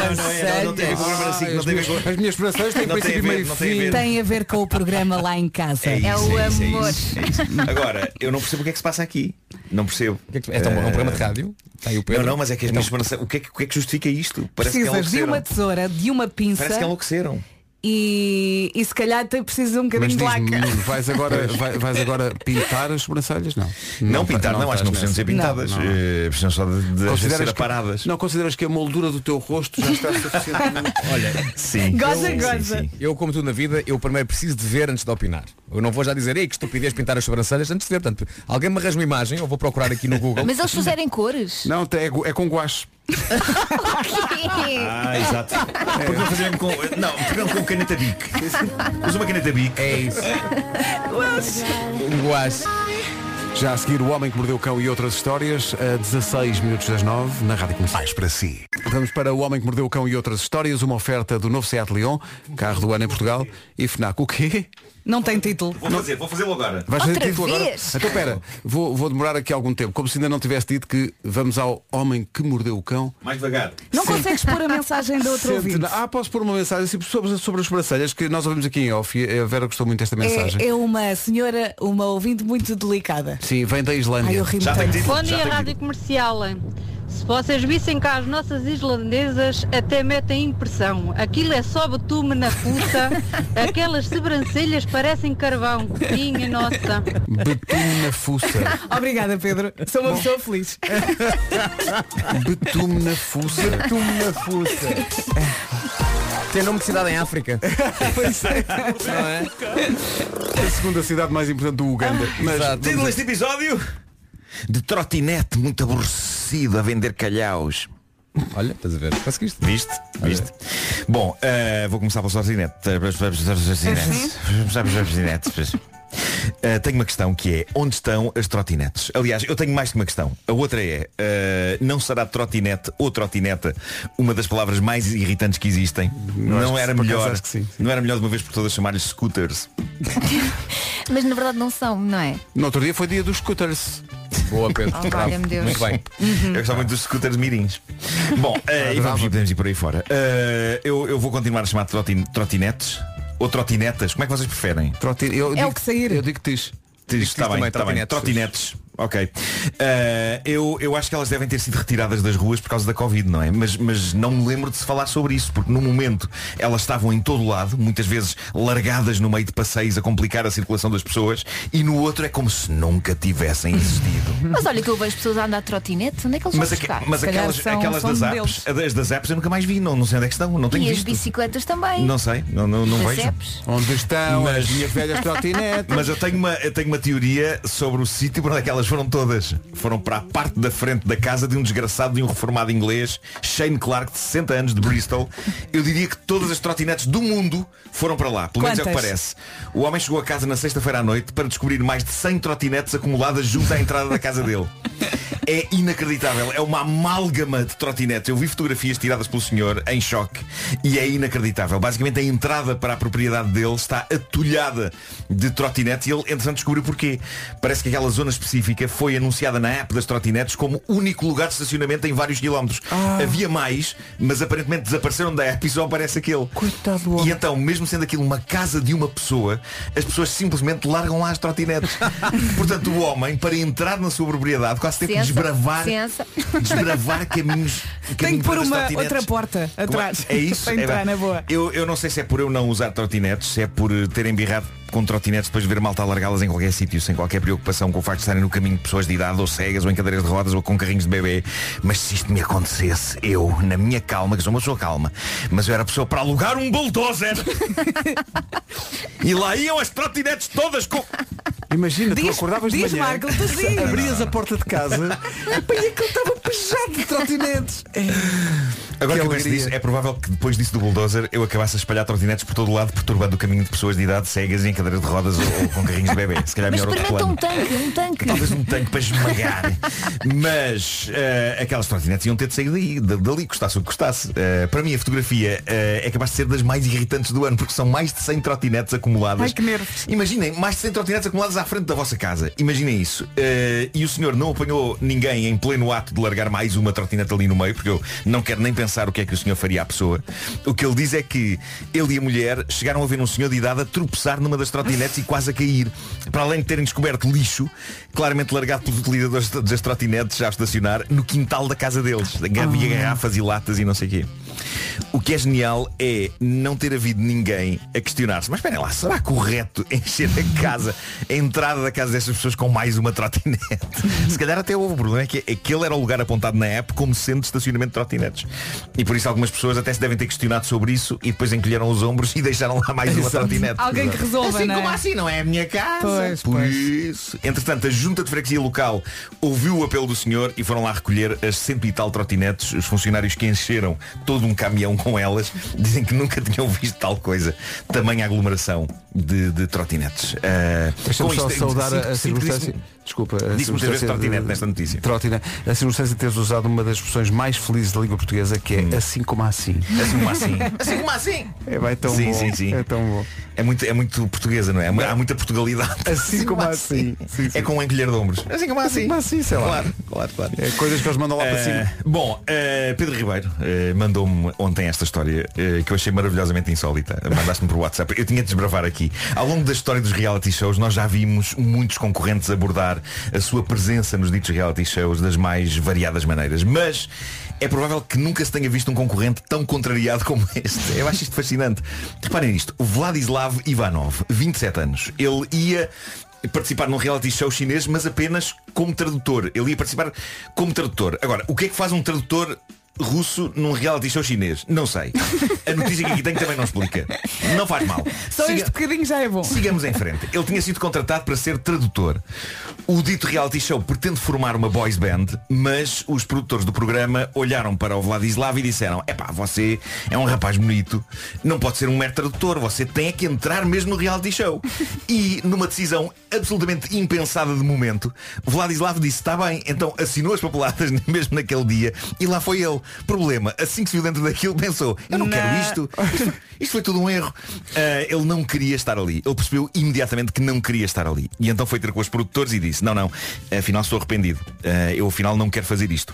K: das
A: As minhas sobrancelhas têm
M: Não tem
A: princípio
M: a ver,
A: meio
M: não tem a
A: fim.
M: ver.
D: Tem a ver com o programa lá em casa.
M: É isso, é isso, é
D: amor.
M: isso, é isso. Agora, eu não percebo o que é que se passa aqui. Não percebo.
K: É tão bom, é um programa de rádio. Está aí o Pedro.
M: Não, não, mas é que as minhas
A: Então,
M: sobrancelhas. O que é que, o que é que justifica isto? Parece que
D: Precisas de
M: enlouqueceram.
D: uma tesoura, de uma pinça
M: Parece que enlouqueceram.
D: e, e se calhar te- precisas de um
A: Mas
D: bocadinho de
A: diz-me,
D: laca.
A: Nuno, vais agora, vai- vais agora pintar as sobrancelhas? Não.
M: Não, pintar, não, acho que não precisam
A: estás
M: ser
A: nessa.
M: pintadas.
A: Não, não.
M: eh, Precisam só de, de às vezes ser
A: Consideras que,
M: aparadas.
A: não consideras que a moldura do teu rosto já está suficientemente.
K: Olha,
M: Sim.
D: Goza,
K: eu,
D: goza.
K: Eu, como tudo na vida, eu primeiro preciso de ver antes de opinar. Eu não vou já dizer, ei, que estupidez pintar as sobrancelhas antes de ver. Portanto, alguém me arranja uma imagem, eu vou procurar aqui no Google.
G: Mas eles fizerem cores.
A: Não, é, é com guache.
M: Ah, exato. Porque não fazerem com. Não, porque não com caneta bic. Usa uma caneta bic.
K: É isso. Um guache.
A: Já a seguir, O Homem que Mordeu o Cão e outras histórias, a 16 minutos das 9, na Rádio Comercial. Mais para si. Vamos para O Homem que Mordeu o Cão e outras histórias, uma oferta do novo Seat Leon, carro do ano em Portugal, e FNAC. O quê?
D: Não tem título.
M: Vou fazer, vou fazê-lo agora.
A: Vais fazer
D: Outra
A: título agora?
D: vez?
A: Então espera, vou, vou demorar aqui algum tempo, como se ainda não tivesse dito que vamos ao Homem que Mordeu o Cão.
M: Mais devagar.
D: Não consegues pôr a mensagem da outra
A: Sente-
D: ouvinte.
A: Ah, posso pôr uma mensagem assim, sobre, sobre as sobrancelhas que nós ouvimos aqui em off e a Vera gostou muito desta mensagem.
D: É, é uma senhora, uma ouvinte muito delicada.
A: Sim, vem da
D: Ai,
A: Islândia.
D: eu ri-me Já tem tanto. título,
P: Bom dia, Rádio Comercial. Se vocês vissem cá as nossas islandesas, até metem impressão. Aquilo é só betume na puta. Aquelas sobrancelhas parecem carvão. Minha nossa.
A: Betume na fuça.
D: Obrigada, Pedro. Sou uma pessoa feliz.
A: Betume na fuça.
K: Betume na fuça. Tem nome de cidade em África.
A: Pois é.
K: Não é?
A: A segunda cidade mais importante do Uganda. Mas,
M: Título deste episódio De trotinete muito aborrecido a vender calhaus
K: Olha, estás a ver, conseguiste
M: Viste, viste É, Bom, eh, vou começar pelo trotinete Trotinete. Trotinete. Ah, tenho uma questão que é, onde estão as trotinetes? Aliás, eu tenho mais que uma questão. A outra é, ah, não será trotinete ou trotineta uma das palavras mais irritantes que existem?
A: acho
M: não
A: que
M: era
A: sim, por acaso
M: melhor.
A: acho que sim,
M: Não era melhor de uma vez por todas chamar-lhes scooters.
G: Mas na verdade não são, não é?
A: No outro dia foi dia dos scooters.
K: Boa, Pedro.
G: Oh, valha-me Deus. Muito bem.
M: Eu gostava muito dos scooters mirins. Bom, eh, e vamos, podemos ir por aí fora. Eh, eu, eu vou continuar a chamar trotin, trotinetes ou trotinetas. Como é que vocês preferem?
A: eu É digo- o
D: que sair.
A: Eu digo tis.
M: Diz, está bem,
A: também,
M: está bem. Trotinetes. Ok. Eh, eu, eu acho que elas devem ter sido retiradas das ruas por causa da Covid, não é? Mas, mas não me lembro de se falar sobre isso, porque no momento elas estavam em todo lado, muitas vezes largadas no meio de passeios a complicar a circulação das pessoas, e no outro é como se nunca tivessem existido.
G: Mas olha que eu vejo pessoas a andar de trotinete, onde é que eles
M: Mas,
G: vão
M: aque-
G: buscar?
M: mas
G: Se calhar
M: aquelas,
G: são-
M: aquelas
G: são
M: das
G: modelos.
M: apps, as das apps eu nunca mais vi, não, não sei onde é que estão, não tenho
G: E as
M: visto.
G: bicicletas também.
M: Não sei, não, não, não
G: Das
M: vejo.
G: apps.
A: Onde estão
M: Mas-
A: as minhas velhas trotinetes?
M: Mas eu tenho, uma, eu tenho uma teoria sobre o sítio para onde é que elas foram todas. Foram para a parte da frente da casa de um desgraçado de um reformado inglês, Shane Clark, de 60 anos, de Bristol. Eu diria que todas as trotinetes do mundo foram para lá. Pelo menos é o que
O: Quantas?
M: parece. O homem chegou a casa na sexta-feira à noite para descobrir mais de 100 trotinetes acumuladas junto à entrada da casa dele. É inacreditável, é uma amálgama de trotinetes. Eu vi fotografias tiradas pelo senhor em choque e é inacreditável. Basicamente a entrada para a propriedade dele está atulhada de trotinetes e ele entretanto descobriu porquê. Parece que aquela zona específica foi anunciada na app das trotinetes como único lugar de estacionamento em vários quilómetros.
D: Ah.
M: Havia mais, mas aparentemente desapareceram da app e só aparece aquele.
A: Coitado
M: E então, mesmo sendo aquilo uma casa de uma pessoa, as pessoas simplesmente largam lá as trotinetes. Portanto, o homem, para entrar na sua propriedade, quase teve que
G: Ciência,
M: desbravar,
G: ciência.
M: desbravar caminhos.
D: Tem
M: caminho
D: que pôr
M: das
D: uma
M: trotinetes.
D: outra porta
M: Como é?
D: atrás.
M: É isso?
D: Para entrar
M: É bem.
D: na boa.
M: Eu, eu não sei se é por eu não usar trotinetes, se é por eh, ter embirrado com trotinetes depois de ver malta a largá-las em qualquer sítio, sem qualquer preocupação com o facto de estarem no caminho de pessoas de idade, ou cegas, ou em cadeiras de rodas, ou com carrinhos de bebê. Mas se isto me acontecesse, eu, na minha calma, que sou uma pessoa calma, mas eu era a pessoa para alugar um bulldozer. e lá iam as trotinetes todas com...
A: Imagina, tu
M: Diz-
A: acordavas
M: diz,
A: de manhã,
M: Marco, tu diz.
A: abrias a porta de casa É, e que ele estava pejado de trotinetes.
M: Agora que,
A: Que
M: eu penso
A: alegria.
M: disso, é provável que depois disso do bulldozer eu acabasse a espalhar trotinetes por todo o lado, perturbando o caminho de pessoas de idade cegas e em cadeiras de rodas ou, ou com carrinhos de bebê. Se calhar
G: Mas
M: melhor outro
G: experimenta
M: plano.
G: um tanque, um tanque.
M: Talvez um tanque para esmagar. Mas eh, aquelas trotinetes iam ter de sair daí, da- dali, custasse o que custasse. Eh, para mim a fotografia eh, é capaz de ser das mais irritantes do ano, porque são mais de 100 trotinetes acumuladas.
D: Ai, que nervos.
M: Imaginem, mais de 100 trotinetes acumuladas à frente da vossa casa. Imaginem isso. Eh, e o senhor não apanhou ninguém em pleno ato de largar mais uma trotinete ali no meio, porque eu não quero nem pensar o que é que o senhor faria à pessoa. O que ele diz é que ele e a mulher chegaram a ver um senhor de idade a tropeçar numa das trotinetes e quase a cair. Para além de terem descoberto lixo, claramente largado pelos utilizadores das trotinetes já a estacionar, no quintal da casa deles. Havia garrafas e latas e não sei o quê. O que é genial é não ter havido ninguém a questionar-se. Mas esperem lá, será correto encher a casa, a entrada da casa destas pessoas com mais uma trotinete? Se calhar até houve o problema, é que aquele era o lugar apontado na app como sendo de estacionamento de trotinetes. E por isso algumas pessoas até se devem ter questionado sobre isso e depois encolheram os ombros e deixaram lá mais uma
O: Exato.
M: trotinete.
O: Alguém que resolva,
M: Assim
O: não é?
M: como assim, não é a minha casa.
O: Pois,
M: por isso. Entretanto, a junta de freguesia local ouviu o apelo do senhor e foram lá recolher as cento e tal trotinetes. Os funcionários que encheram todo um caminhão com elas dizem que nunca tinham visto tal coisa. Tamanha aglomeração de, de trotinetes. Ah,
A: Deixa-me
M: com
A: só
M: isto-
A: saudar
M: sinto-
A: a
M: sinto que
A: circunstância.
M: disse-
A: Desculpa, a
M: Disse muitas vezes
A: circunstância
M: trotinete
A: de-
M: nesta notícia.
A: Trotinete. A circunstância de teres usado uma das expressões mais felizes da língua portuguesa, que é assim como assim.
M: Assim como assim.
J: Assim como assim?
A: É, vai tão
M: sim,
A: bom.
M: Sim, sim.
A: É tão bom.
M: É muito, é muito portuguesa, não é? Há muita Portugalidade.
A: Assim como assim.
M: É com um encolher de ombros.
A: Assim como assim. Mas assim, sei lá.
M: Claro, claro, claro.
A: É coisas que eles mandam lá para
M: Eh,
A: cima.
M: Bom, eh, Pedro Ribeiro eh, mandou-me ontem esta história eh, que eu achei maravilhosamente insólita. Mandaste-me por WhatsApp. Eu tinha de desbravar aqui. Ao longo da história dos reality shows, nós já vimos muitos concorrentes abordar a sua presença nos ditos reality shows das mais variadas maneiras. Mas é provável que nunca se tenha visto um concorrente tão contrariado como este. Eu acho isto fascinante. Reparem nisto. O Vladislav Ivanov, 27 anos. Ele ia participar num reality show chinês, mas apenas como tradutor. Ele ia participar como tradutor. Agora, o que é que faz um tradutor russo num reality show chinês. Não sei. A notícia que aqui tem também não explica. Não faz mal.
D: Só
M: Siga-
D: este bocadinho já é bom.
M: Sigamos em frente. Ele tinha sido contratado para ser tradutor. O dito reality show pretende formar uma boys band, mas os produtores do programa olharam para o Vladislav e disseram Epá, você é um rapaz bonito, não pode ser um mero tradutor, você tem é que entrar mesmo no reality show. E numa decisão absolutamente impensada de momento, Vladislav disse Está bem, então assinou as papeladas mesmo naquele dia e lá foi ele. Problema, assim que se viu dentro daquilo pensou Eu não, quero
O: Não.
M: isto, isto, isto foi tudo um erro. Ah, ele não queria estar ali. Ele percebeu imediatamente que não queria estar ali. E então foi ter com os produtores e disse, não, não, afinal sou arrependido. Ah, eu afinal não quero fazer isto.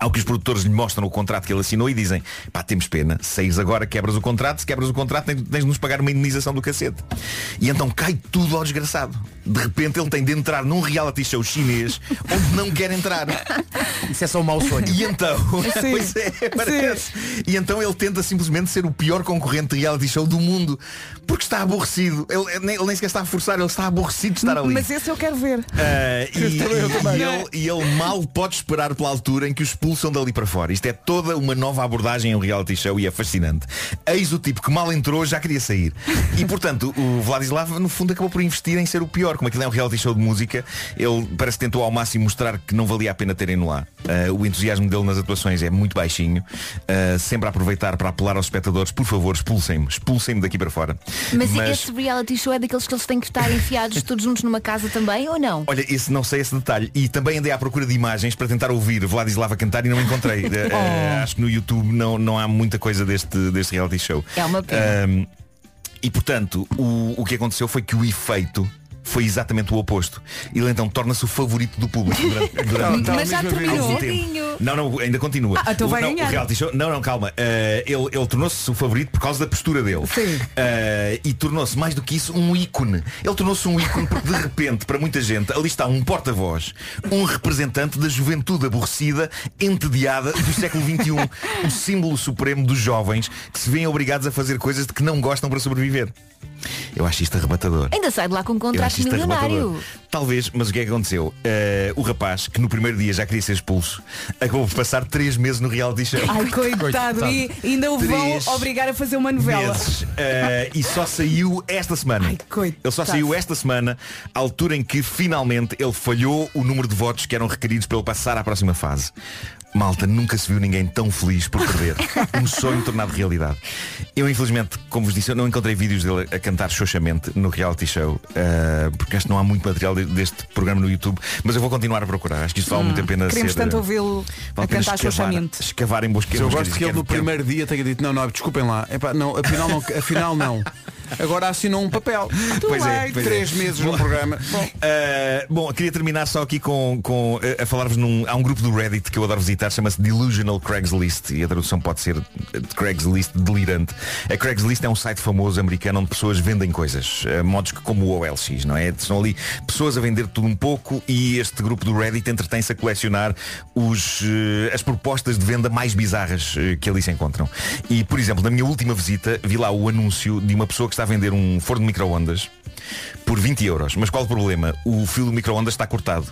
M: Ao que os produtores lhe mostram o contrato que ele assinou e dizem, pá, temos pena, saís agora, quebras o contrato, se quebras o contrato tens, tens de nos pagar uma indenização do cacete. E então cai tudo ao desgraçado. De repente ele tem de entrar num reality show chinês onde não quer entrar. Isso é só um mau sonho. E então,
O: Sim.
M: pois é, parece. E então ele tenta simplesmente ser o pior concorrente de reality show do mundo. Porque está aborrecido. Ele, ele nem, ele nem sequer está a forçar, ele está aborrecido de estar ali.
D: Mas esse eu quero ver.
M: Ah,
D: Eu
M: e,
D: também, eu
M: e-
D: também.
M: e ele, e ele mal pode esperar pela altura em que o expulsam dali para fora. Isto é toda uma nova abordagem em um reality show e é fascinante. Eis o tipo que mal entrou já queria sair. E portanto, o Vladislav no fundo acabou por investir em ser o pior. Como aquilo é um reality show de música, ele parece que tentou ao máximo mostrar que não valia a pena terem no lá. Ah, o entusiasmo dele nas atuações é muito baixinho. Ah, sempre a aproveitar para apelar aos espectadores, por favor, expulsem-me, expulsem-me daqui para fora.
G: Mas, esse reality show é daqueles que eles têm que estar enfiados todos juntos numa casa também ou não?
M: Olha, esse não sei esse detalhe. E também andei à procura de imagens para tentar ouvir Vladislav a cantar e não encontrei. Eh,
G: Oh.
M: eh, acho que no YouTube não, não há muita coisa deste, deste reality show.
G: É uma pena.
M: Ahm, e portanto, o, o que aconteceu foi que o efeito foi exatamente o oposto. Ele então torna-se o favorito do público durante, durante
O: Mas já
M: algum
O: terminou.
M: tempo. Não, não, ainda continua.
O: Ah, então
M: o,
O: vai
M: não, o
O: ganhar.
M: reality show- não, não, calma. Eh, ele ele tornou-se o favorito por causa da postura dele. Eh, e tornou-se mais do que isso um ícone. Ele tornou-se um ícone porque de repente, para muita gente, ali está um porta-voz, um representante da juventude aborrecida, entediada do século XXI, o símbolo supremo dos jovens que se veem obrigados a fazer coisas de que não gostam para sobreviver. Eu acho isto arrebatador.
G: Ainda sai de lá com um
M: Eu
G: contrato
M: acho isto é
G: milionário.
M: arrebatador. Talvez, mas o que é que aconteceu? Eh, o rapaz, que no primeiro dia já queria ser expulso, acabou por passar três meses no reality show.
D: Ai, coitado. E ainda o vão
M: Três
D: obrigar a fazer uma novela.
M: meses. Eh, e só saiu esta semana. ele só saiu esta semana, à altura em que finalmente ele falhou o número de votos que eram requeridos para ele passar à próxima fase. Malta, nunca se viu ninguém tão feliz por perder. um sonho tornado realidade. Eu, infelizmente, como vos disse, eu não encontrei vídeos dele a cantar xoxamente no reality show, eh, porque acho que não há muito material de- deste programa no YouTube, mas eu vou continuar a procurar. Acho que isso vale muito a pena
D: Ah, Queremos
M: ser. eh,
D: tanto ouvi-lo
A: eh,
M: vale
D: a
M: pena
D: cantar
M: escavar-
D: xoxamente.
M: Escavar em busca
A: Mas eu gosto
M: é
A: que ele no primeiro dia tenha dito, não, não, desculpem lá. Epá, não, afinal não, afinal não. Agora assinou um papel.
M: Pois é,
A: Ai,
M: pois é.
A: três meses no
M: Bom,
A: programa.
M: eh, bom, queria terminar só aqui com, com, eh, a falar-vos num. Há um grupo do Reddit que eu adoro visitar, chama-se Delusional Craigslist e a tradução pode ser eh, de Craigslist delirante. A Craigslist é um site famoso americano onde pessoas vendem coisas, eh, modos que como o OLX, não é? São ali pessoas a vender tudo um pouco e este grupo do Reddit entretém-se a colecionar os, eh, as propostas de venda mais bizarras eh, que ali se encontram. E, por exemplo, na minha última visita vi lá o anúncio de uma pessoa que está a vender um forno de microondas por 20 euros. Mas qual o problema? O fio do microondas está cortado.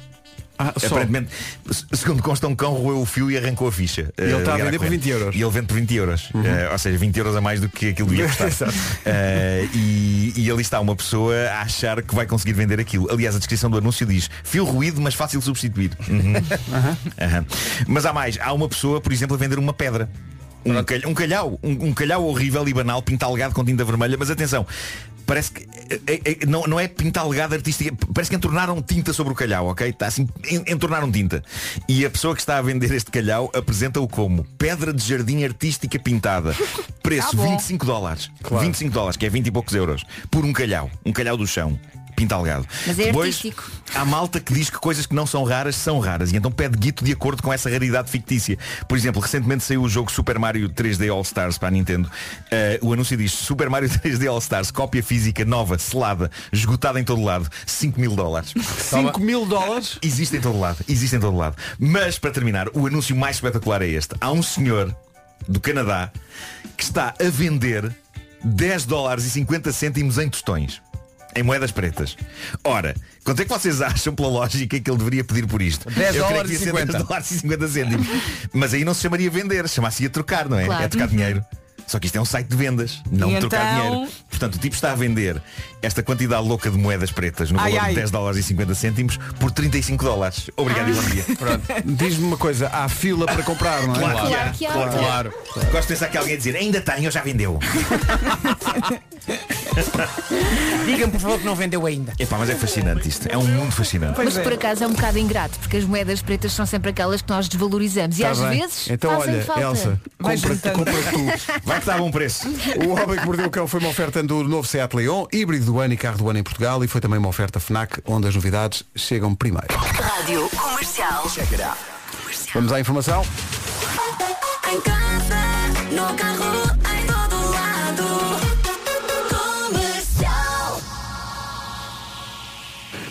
A: Ah, só.
M: Aparentemente, se- segundo consta, um cão roeu o fio e arrancou a ficha.
A: E ele
M: Eh,
A: está
M: ligada
A: a vender
M: à
A: por
M: corrente.
A: 20 euros.
M: E ele vende por 20 euros.
A: Uhum.
M: Eh, ou seja, 20 euros a mais do que aquilo devia custar.
A: Exato.
M: Eh, e, e ali está uma pessoa a achar que vai conseguir vender aquilo. Aliás, a descrição do anúncio diz fio ruído, mas fácil de substituir. Uhum. Aham. Mas há mais, há uma pessoa, por exemplo, a vender uma pedra. Um, calha- um calhau, um, um calhau horrível e banal, pintalgado com tinta vermelha, mas atenção, parece que eh, eh, eh, não, não é pintalgado artística, parece que entornaram tinta sobre o calhau, ok? Está assim, en- entornaram tinta. E a pessoa que está a vender este calhau apresenta-o como pedra de jardim artística pintada. Preço
O: Ah, bom.
M: 25 dólares. 25 dólares, que é 20 e poucos euros, por um calhau, um calhau do chão. Pintalgado.
O: Mas é
M: Depois,
O: artístico.
M: Há malta que diz que coisas que não são raras são raras e então pede guito de acordo com essa raridade fictícia. Por exemplo, recentemente saiu o jogo Super Mario 3D All Stars para a Nintendo. Eh, o anúncio diz Super Mario 3D All Stars, cópia física nova, selada, esgotada em todo lado, 5 mil dólares.
A: 5 mil dólares?
M: Existe em todo lado, existe em todo lado. Mas para terminar, o anúncio mais espetacular é este. Há um senhor do Canadá que está a vender 10 dólares e 50 cêntimos em tostões. em moedas pretas. Ora, quanto é que vocês acham, pela lógica, que ele deveria pedir por isto?
K: 10
M: Eu creio
K: dólares
M: que ia
K: e
M: ser
K: 50.
M: 10 dólares e 50 cêntimos. Mas aí não se chamaria vender, chamasse a trocar, não é?
K: Claro.
M: É trocar dinheiro. Só que isto é um site de vendas, não
K: E
M: trocar
K: então?
M: dinheiro. Portanto, o tipo está a vender esta quantidade louca de moedas pretas no
A: Ai,
M: valor
A: ai.
M: de 10 dólares e 50 cêntimos por 35 dólares. Obrigado e bom dia.
A: Pronto. Diz-me uma coisa, há fila para comprar, não é?
M: Claro, Claro que há. claro, claro. Gosto de pensar que alguém a dizer, ainda tem, eu já vendeu.
F: Diga-me por favor que não vendeu ainda.
M: Epá, mas é fascinante isto. É um mundo fascinante.
G: Mas por acaso é um bocado ingrato, porque as moedas pretas são sempre aquelas que nós desvalorizamos e
M: Tá
G: às
M: bem.
G: vezes
M: Então,
G: fazem
M: olha,
G: falta.
M: Elsa,
A: Vai compra- juntando. compra
M: tu. Vai que dá bom preço.
A: O Homem que Mordeu o Cão foi uma oferta do novo Seat Leon, híbrido do ano e carro do ano em Portugal e foi também uma oferta FNAC, onde as novidades chegam primeiro.
J: Rádio Comercial. Chegará.
A: Vamos à informação.
J: Em casa, no carro, em todo lado. Comercial.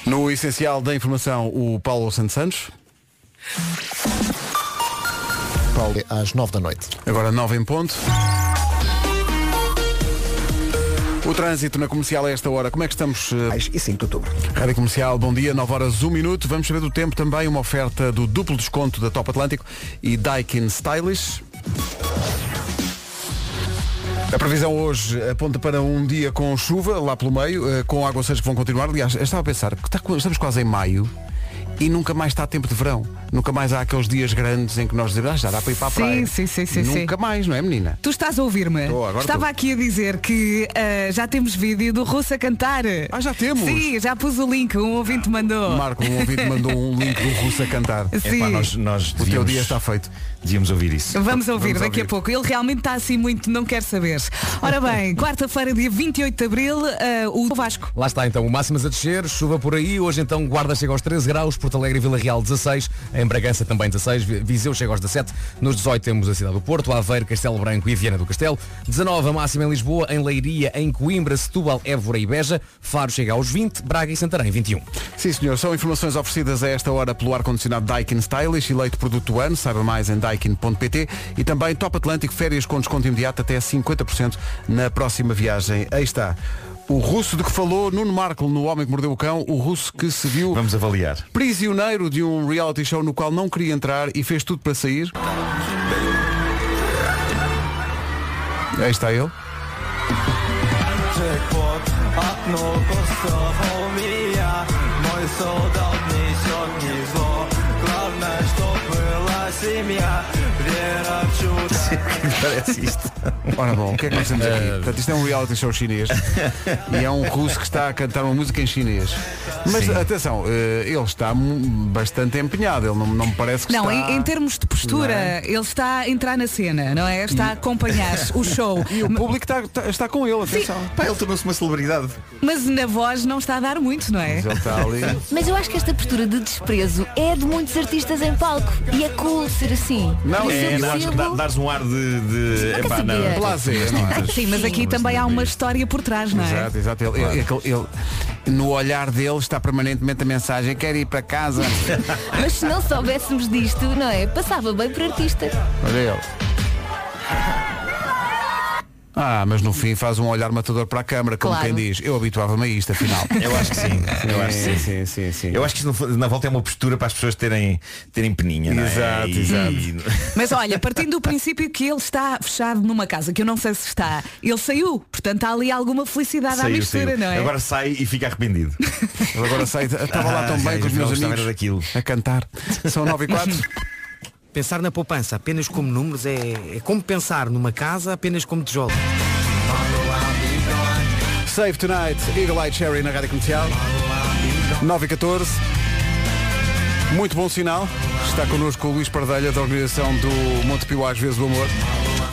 A: No essencial da informação, o Paulo Santos Santos. Paulo. Às 9 da noite. Agora 9 em ponto. O trânsito na comercial a esta hora, como é que estamos? Mais
I: e 5 de outubro.
A: Rádio Comercial, bom dia, 9 horas 1 minuto. Vamos saber do tempo também, uma oferta do duplo desconto da Top Atlântico e Daikin Stylish. A previsão hoje aponta para um dia com chuva, lá pelo meio, eh, com aguaceiros que vão continuar. Aliás, eu estava a pensar, que está co- estamos quase em maio e nunca mais está tempo de verão. Nunca mais há aqueles dias grandes em que nós dizemos, ah, já dá para ir para a
D: Sim,
A: praia.
D: sim, sim, sim,
A: Nunca mais, não é, menina?
D: Tu estás a ouvir-me?
A: Estou, agora
D: Estava
A: estou.
D: aqui a dizer que ah, já temos vídeo do Russo a cantar. Ah,
A: já temos?
D: Sim, já pus o link, um ouvinte mandou.
A: Marco, um ouvinte mandou um link do russo a cantar.
D: Sim. Epá, nós-
A: o teu dia está feito.
M: Devíamos ouvir isso.
D: Vamos ouvir daqui a pouco. Ele realmente está assim muito, não quer saber. Ora bem, quarta-feira, dia 28 de Abril, ah, o Vasco.
K: Lá está então, o máximas a descer, chuva por aí, hoje então Guarda chega aos 13 graus, Porto Alegre e Vila Real 16, em Bragança também 16, Vi- Viseu chega aos 17, nos 18 temos a cidade do Porto, Aveiro, Castelo Branco e Viana do Castelo, 19 a máxima em Lisboa, em Leiria, em Coimbra, Setúbal, Évora e Beja, Faro chega aos 20, Braga e um. Santarém 21.
A: Sim, senhor. São informações oferecidas a esta hora pelo ar-condicionado Daikin Stylish, eleito produto do ano. Saiba mais em daikin.pt e também Top Atlântico, férias com desconto imediato até 50% na próxima viagem. Aí está. O russo de que falou, Nuno Marco, no Homem que Mordeu o Cão, o russo que se viu...
M: Vamos avaliar.
A: Prisioneiro de um reality show no qual não queria entrar e fez tudo para sair. Aí está ele.
M: Parece isto.
A: Ora bom, o que é que nós temos aqui? Portanto, isto é um reality show chinês e é um russo que está a cantar uma música em chinês. Mas atenção, eh, ele está mu- bastante empenhado, ele não, não me parece que
D: Não,
A: está...
D: em, em termos de postura,
A: Não é?
D: ele está a entrar na cena, não é? Está a acompanhar o show.
A: E o público está, está, está com ele, atenção.
M: Pá, ele tornou-se uma celebridade.
D: Mas na voz não está a dar muito, não é?
A: Ele está ali.
G: Mas eu acho que esta postura de desprezo é de muitos artistas em palco e é cool ser assim. Por isso
M: é,
G: eu
M: não, acho que dá-
G: percebo-
M: dares um ar de. de
G: quer
M: epá, não.
G: saber.
A: Blasé, não é?
D: Sim, mas aqui também há uma história por trás, não é?
A: Exato, exato. Ele, ele- aquele- ele- no olhar dele está permanentemente a mensagem, quer ir para casa.
G: Mas se não soubéssemos disto, não é? Passava bem por artista.
A: Olha ele. Ah, mas no fim faz um olhar matador para a câmara, como
G: Claro.
A: quem diz, eu habituava-me a isto, afinal. É,
M: Eu acho que sim. Eu acho que sim.
A: sim, sim, sim.
M: Eu acho que isto, no fundo, na volta é uma postura para as pessoas terem, terem peninha. não é?
A: Exato, exato.
D: Mas olha, partindo do princípio que ele está fechado numa casa, que eu não sei se está, ele saiu, portanto há ali alguma felicidade à
M: Saiu,
D: mistura,
M: saiu.
D: não é?
M: Agora sai e fica arrependido.
A: Ele agora sai, estava
M: Ah,
A: lá tão bem com os meus amigos a cantar. São 9 e 4.
O: Pensar na poupança apenas como números é, é como pensar numa casa apenas como tijolo.
A: Save Tonight, Eagle Eye Cherry na Rádio Comercial. 9 e 14. Muito bom sinal. Está connosco o Luís Pardelha, da organização do Monte Pio Às Vezes o Amor.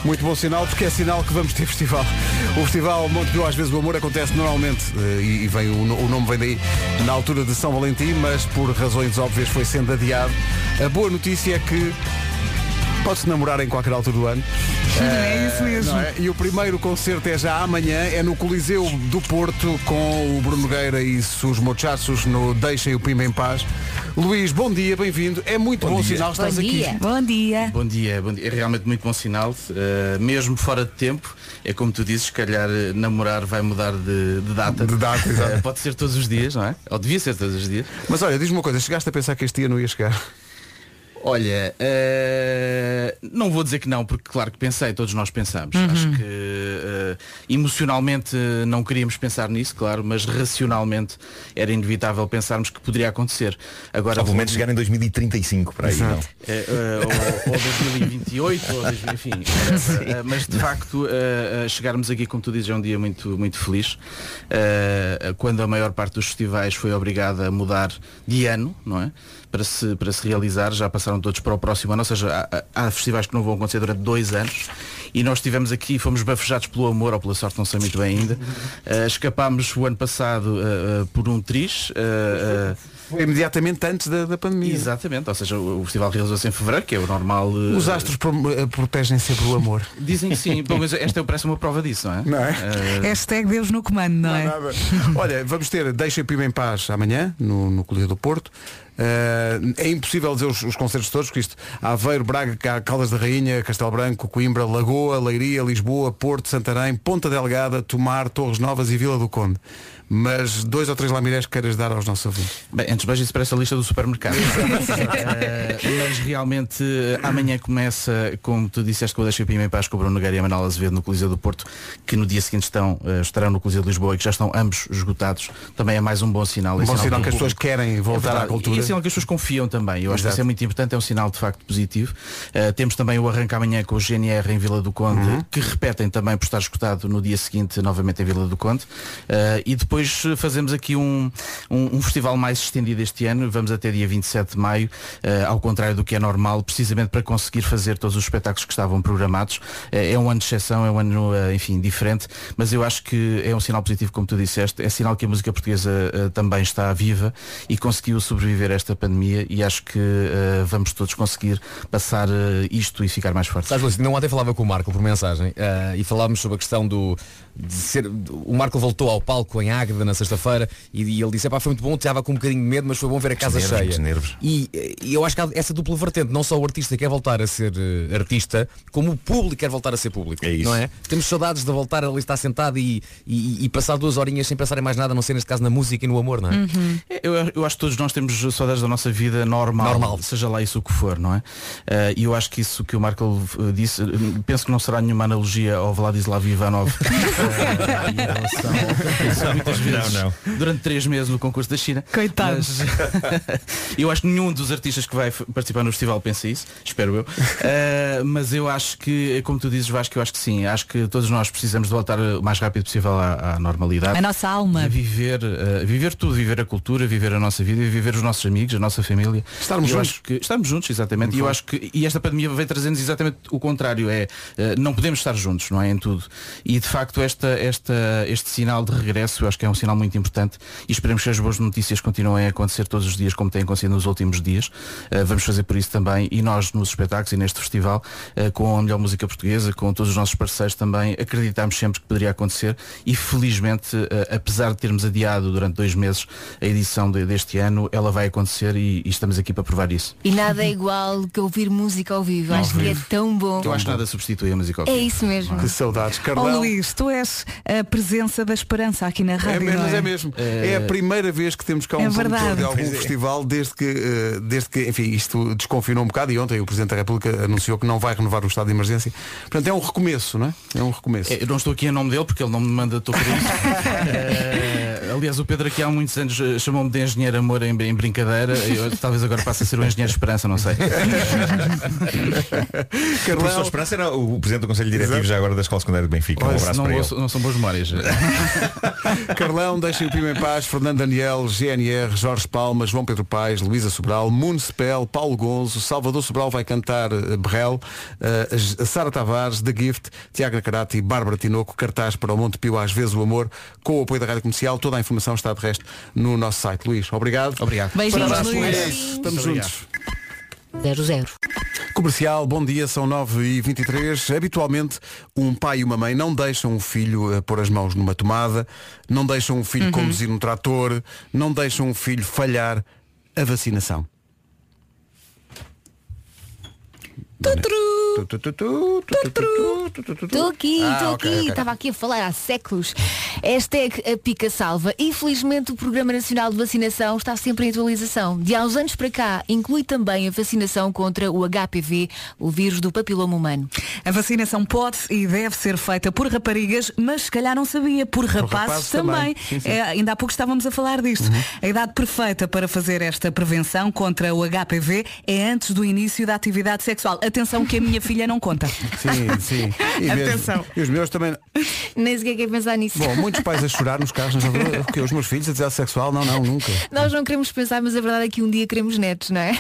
A: Muito bom sinal, porque é sinal que vamos ter festival. O festival Monte Pio Às Vezes o Amor acontece normalmente, eh, e e vem, o no- o nome vem daí, na altura de São Valentim, mas por razões óbvias foi sendo adiado. A boa notícia é que Pode-se namorar em qualquer altura do ano. É isso mesmo. E o primeiro concerto é já amanhã, é no Coliseu do Porto com o Bruno Nogueira e os mochaços no Deixem o Pimba em Paz. Luís, bom dia, bem-vindo. É muito bom,
Q: dia.
A: sinal, estás aqui.
D: Bom dia.
Q: Bom dia, bom dia. É realmente muito bom sinal. eh, mesmo fora de tempo, é como tu dizes, se calhar eh, namorar vai mudar de, de data. De data,
A: exato.
Q: Pode ser todos os dias, não é? Ou devia ser todos os dias.
A: Mas olha, diz-me uma coisa, chegaste a pensar que este dia não ia chegar?
Q: Olha, eh, não vou dizer que não, porque claro que pensei, todos nós pensamos.
A: Uhum.
Q: Acho que eh, emocionalmente eh, não queríamos pensar nisso, claro, mas racionalmente era inevitável pensarmos que poderia acontecer. Agora,
M: Ou Ah, pelo menos chegar em 2035 para aí, não.
Q: Eh, eh, ou, ou 2028 ou 2000, enfim Eh, eh, mas de facto eh, eh, chegarmos aqui como tu dizes é um dia muito muito feliz Eh, eh, quando a maior parte dos festivais foi obrigada a mudar de ano não é para se para se realizar já passaram todos para o próximo ano ou seja há- há, há festivais que não vão acontecer durante dois anos e nós estivemos aqui e fomos bafejados pelo amor ou pela sorte não sei muito bem ainda Eh, escapámos o ano passado eh, eh, por um triz eh, eh,
A: Foi imediatamente antes da, da pandemia.
Q: Exatamente, ou seja, o o festival realizou-se em fevereiro, que é o normal. eh,
A: Os astros pro- eh, protegem sempre o amor.
Q: Dizem que sim, pelo menos esta parece uma prova disso, não é?
A: Não é?
Q: Eh,
D: Hashtag Deus no comando, não, é?
A: Olha, vamos ter Deixa Pima em Paz amanhã, no, no Coliseu do Porto. Eh, é impossível dizer os, os concertos todos, porque isto Aveiro, Braga, Ca- Caldas da Rainha, Castelo Branco, Coimbra, Lagoa, Leiria, Lisboa, Porto, Santarém, Ponta Delgada, Tomar, Torres Novas e Vila do Conde. Mas dois ou três lamirés que queiras dar aos nossos ouvintes.
Q: Bem, antes beijo isso parece a lista do supermercado. Eh, mas realmente eh, amanhã começa, como tu disseste, com o Deixa Pima em Paz, com o Bruno Nogueira e a Manal Azevedo no Coliseu do Porto, que no dia seguinte estão, eh, estarão no Coliseu de Lisboa e que já estão ambos esgotados. Também é mais um bom sinal.
A: Um
Q: é
A: bom sinal que as
Q: público.
A: pessoas querem
Q: É
A: voltar
Q: verdade.
A: à cultura.
Q: E é sinal que as pessoas confiam também. Eu acho que
A: Exato.
Q: isso é muito importante, é um sinal de facto positivo. Uh, temos também o arranque amanhã com o GNR em Vila do Conde, que repetem também por estar escutado no dia seguinte novamente em Vila do Conde. Uh, e depois uh, fazemos aqui um, um, um festival mais estendido este ano. Vamos até dia 27 de maio, uh, ao contrário do que é normal, precisamente para conseguir fazer todos os espetáculos que estavam programados. Uh, é um ano de exceção, é um ano, uh, enfim, diferente, mas eu acho que é um sinal positivo, como tu disseste, é sinal que a música portuguesa uh, também está viva e conseguiu sobreviver a esta pandemia e acho que uh, vamos todos conseguir passar uh, isto e ficar mais fortes.
K: Sabes, Luís, não ontem falava com o Marco por mensagem eh, e falávamos sobre a questão do de ser. do- O Marco voltou ao palco em Águeda na sexta-feira e, e ele disse, "Epá, foi muito bom, estava com um bocadinho de medo, mas foi bom ver a casa
M: nervos, muitos
K: cheia.
M: nervos.
K: E, eh, e eu acho que há essa dupla vertente, não só o artista quer voltar a ser eh, artista, como o público quer voltar a ser público. É
M: isso.
K: Não é? Temos saudades de voltar ali estar sentado e, e, e passar duas horinhas sem pensar em mais nada, a não ser neste caso na música e no amor, não é?
Q: Eu, eu acho que todos nós temos saudades da nossa vida normal, seja lá isso o que for, não é? Eh, E eu acho que isso que o Marco eh, disse, eh, penso que não será nenhuma analogia ao Vladislav Ivanov. eh, em relação ao que aconteceu muitas
M: Não,
Q: vezes
M: não.
Q: Durante três meses no concurso da China.
D: Coitados.
Q: eu acho que nenhum dos artistas que vai f- participar no festival pensa isso, espero eu. Eh, mas eu acho que, como tu dizes, Vasco, eu acho que sim. Acho que todos nós precisamos de voltar eh, o mais rápido possível à, à normalidade.
D: A nossa alma.
Q: E a viver, eh, viver tudo, viver a cultura, viver a nossa vida, viver os nossos amigos, a nossa família.
A: Estarmos
Q: Eu
A: juntos.
Q: acho que- estarmos juntos, exatamente. E eu acho que e esta pandemia vem trazendo exatamente o contrário, é eh, não podemos estar juntos, não é em tudo. E de facto esta, esta, este sinal de regresso, eu acho que é um sinal muito importante e esperemos que as boas notícias continuem a acontecer todos os dias como têm acontecido nos últimos dias. Eh, vamos fazer por isso também e nós nos espetáculos e neste festival eh, com a melhor música portuguesa, com todos os nossos parceiros também, acreditámos sempre que poderia acontecer e felizmente, eh, apesar de termos adiado durante dois meses a edição de- deste ano, ela vai acontecer e- e estamos aqui para provar isso.
G: E nada é igual que ouvir música ao vivo.
Q: Ao
G: acho que
Q: vivo.
G: é tão bom.
Q: Eu acho que nada substitui a música ao
G: É
Q: vivo.
G: isso mesmo.
Q: um
A: Que saudades,
D: Oh,
A: Carlão.
D: Luís, tu és a presença da esperança aqui na
A: É
D: rádio.
A: mesmo,
D: não
A: mas é mesmo. É a primeira vez que temos cá um
D: É
A: promotor
D: verdade.
A: de algum
D: Pois é.
A: festival desde que, eh, desde que, enfim, isto desconfinou um bocado e ontem o Presidente da República anunciou que não vai renovar o estado de emergência. Portanto, é um recomeço, não é? É um recomeço.
Q: Eu não estou aqui em nome dele porque ele não me manda estou por isso. Eh, aliás, o Pedro aqui há muitos anos eh, chamou-me de engenheiro amor em, em brincadeira. Eu, talvez agora passe a ser o engenheiro esperança, não sei.
M: O professor Esperança era o presidente do Conselho Diretivo já agora da Escola Secundária de Benfica.
Q: Olha,
M: um
Q: se
M: abraço
Q: não
M: para ele.
Q: ouço- não são boas memórias.
A: Carlão, deixem o Pima em paz, Fernando Daniel, GNR, Jorge Palma, João Pedro Paes, Luísa Sobral, Municipel, Paulo Gonzo, Salvador Sobral vai cantar eh, Berrel, eh, J- Sara Tavares, The Gift, Tiago Nacarati, Bárbara Tinoco, cartaz para o Monte Pio, às vezes o amor, com o apoio da Rádio Comercial, toda a informação está de resto no nosso site. Luís, obrigado. Obrigado.
J: Beijinhos,
A: Parabéns,
J: Luís.
A: Estamos
J: Muito
A: juntos.
G: 00.
A: Comercial, bom dia, são 9h23. Habitualmente, um pai e uma mãe não deixam um filho eh, pôr as mãos numa tomada, não deixam um filho conduzir um trator, não deixam um filho falhar a vacinação.
G: Estou aqui,
J: Ah,
G: estou
J: ok,
G: aqui,
J: ok.
G: estava aqui a falar há séculos. Hashtag a pica salva. Infelizmente o Programa Nacional de Vacinação está sempre em atualização. De há uns anos para cá, inclui também a vacinação contra o HPV, o vírus do papiloma humano.
D: A vacinação pode e deve ser feita por raparigas, mas se calhar não sabia, por rapazes,
G: rapazes
D: também.
G: também. Sim, Uhum. sim.
D: É, ainda há pouco estávamos a falar disto. A idade perfeita para fazer esta prevenção contra o HPV é antes do início da atividade sexual. Atenção que a minha filha não conta.
A: Sim, sim. E, mesmo-
D: Atenção.
A: e os meus também.
G: Nem sequer quer pensar nisso.
A: Bom, muitos pais a chorar nos carros, nas alturas, porque os meus filhos a dizer sexual, não, não, nunca.
G: Nós não queremos pensar, mas a verdade é que um dia queremos netos, não é?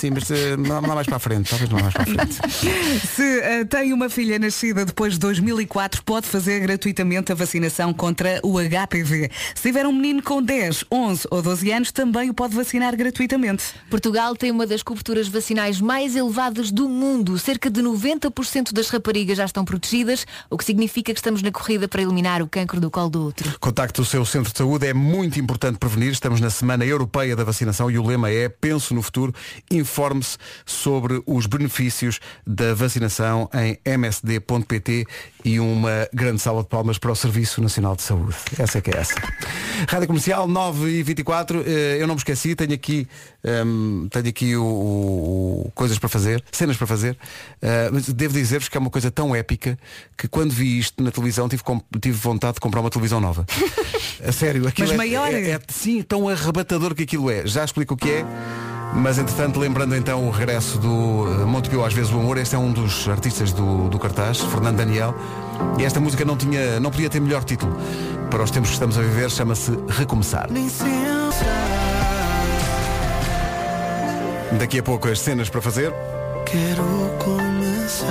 A: Sim, mas eh, lá lá mais para a frente, talvez lá mais para a frente.
D: Se eh, tem uma filha nascida depois de 2004, pode fazer gratuitamente a vacinação contra o HPV. Se tiver um menino com 10, 11 ou 12 anos, também o pode vacinar gratuitamente.
G: Portugal tem uma das coberturas vacinais mais elevadas do mundo. Cerca de 90% das raparigas já estão protegidas, o que significa que estamos na corrida para eliminar o cancro do colo do outro.
A: Contacte o seu centro de saúde, é muito importante prevenir. Estamos na Semana Europeia da Vacinação e o lema é Penso no Futuro, informe-se sobre os benefícios da vacinação em msd.pt e uma grande salva de palmas para o Serviço Nacional de Saúde. Essa é que é essa. Rádio Comercial 9 e 24, eh, eu não me esqueci, tenho aqui, hum, tenho aqui o, o- o- coisas para fazer, cenas para fazer, eh, mas devo dizer-vos que é uma coisa tão épica que quando vi isto na televisão tive, com- tive vontade de comprar uma televisão nova. A sério, aquilo
D: Mas
A: é,
D: maior?
A: é- é, sim, tão arrebatador que aquilo é. Já explico o que é. Mas entretanto, lembrando então o regresso do eh, Montepio às vezes o amor, este é um dos artistas do, do cartaz, Fernando Daniel, e esta música não tinha, não podia ter melhor título. Para os tempos que estamos a viver, chama-se Recomeçar. Daqui a pouco as cenas para fazer.
J: Quero começar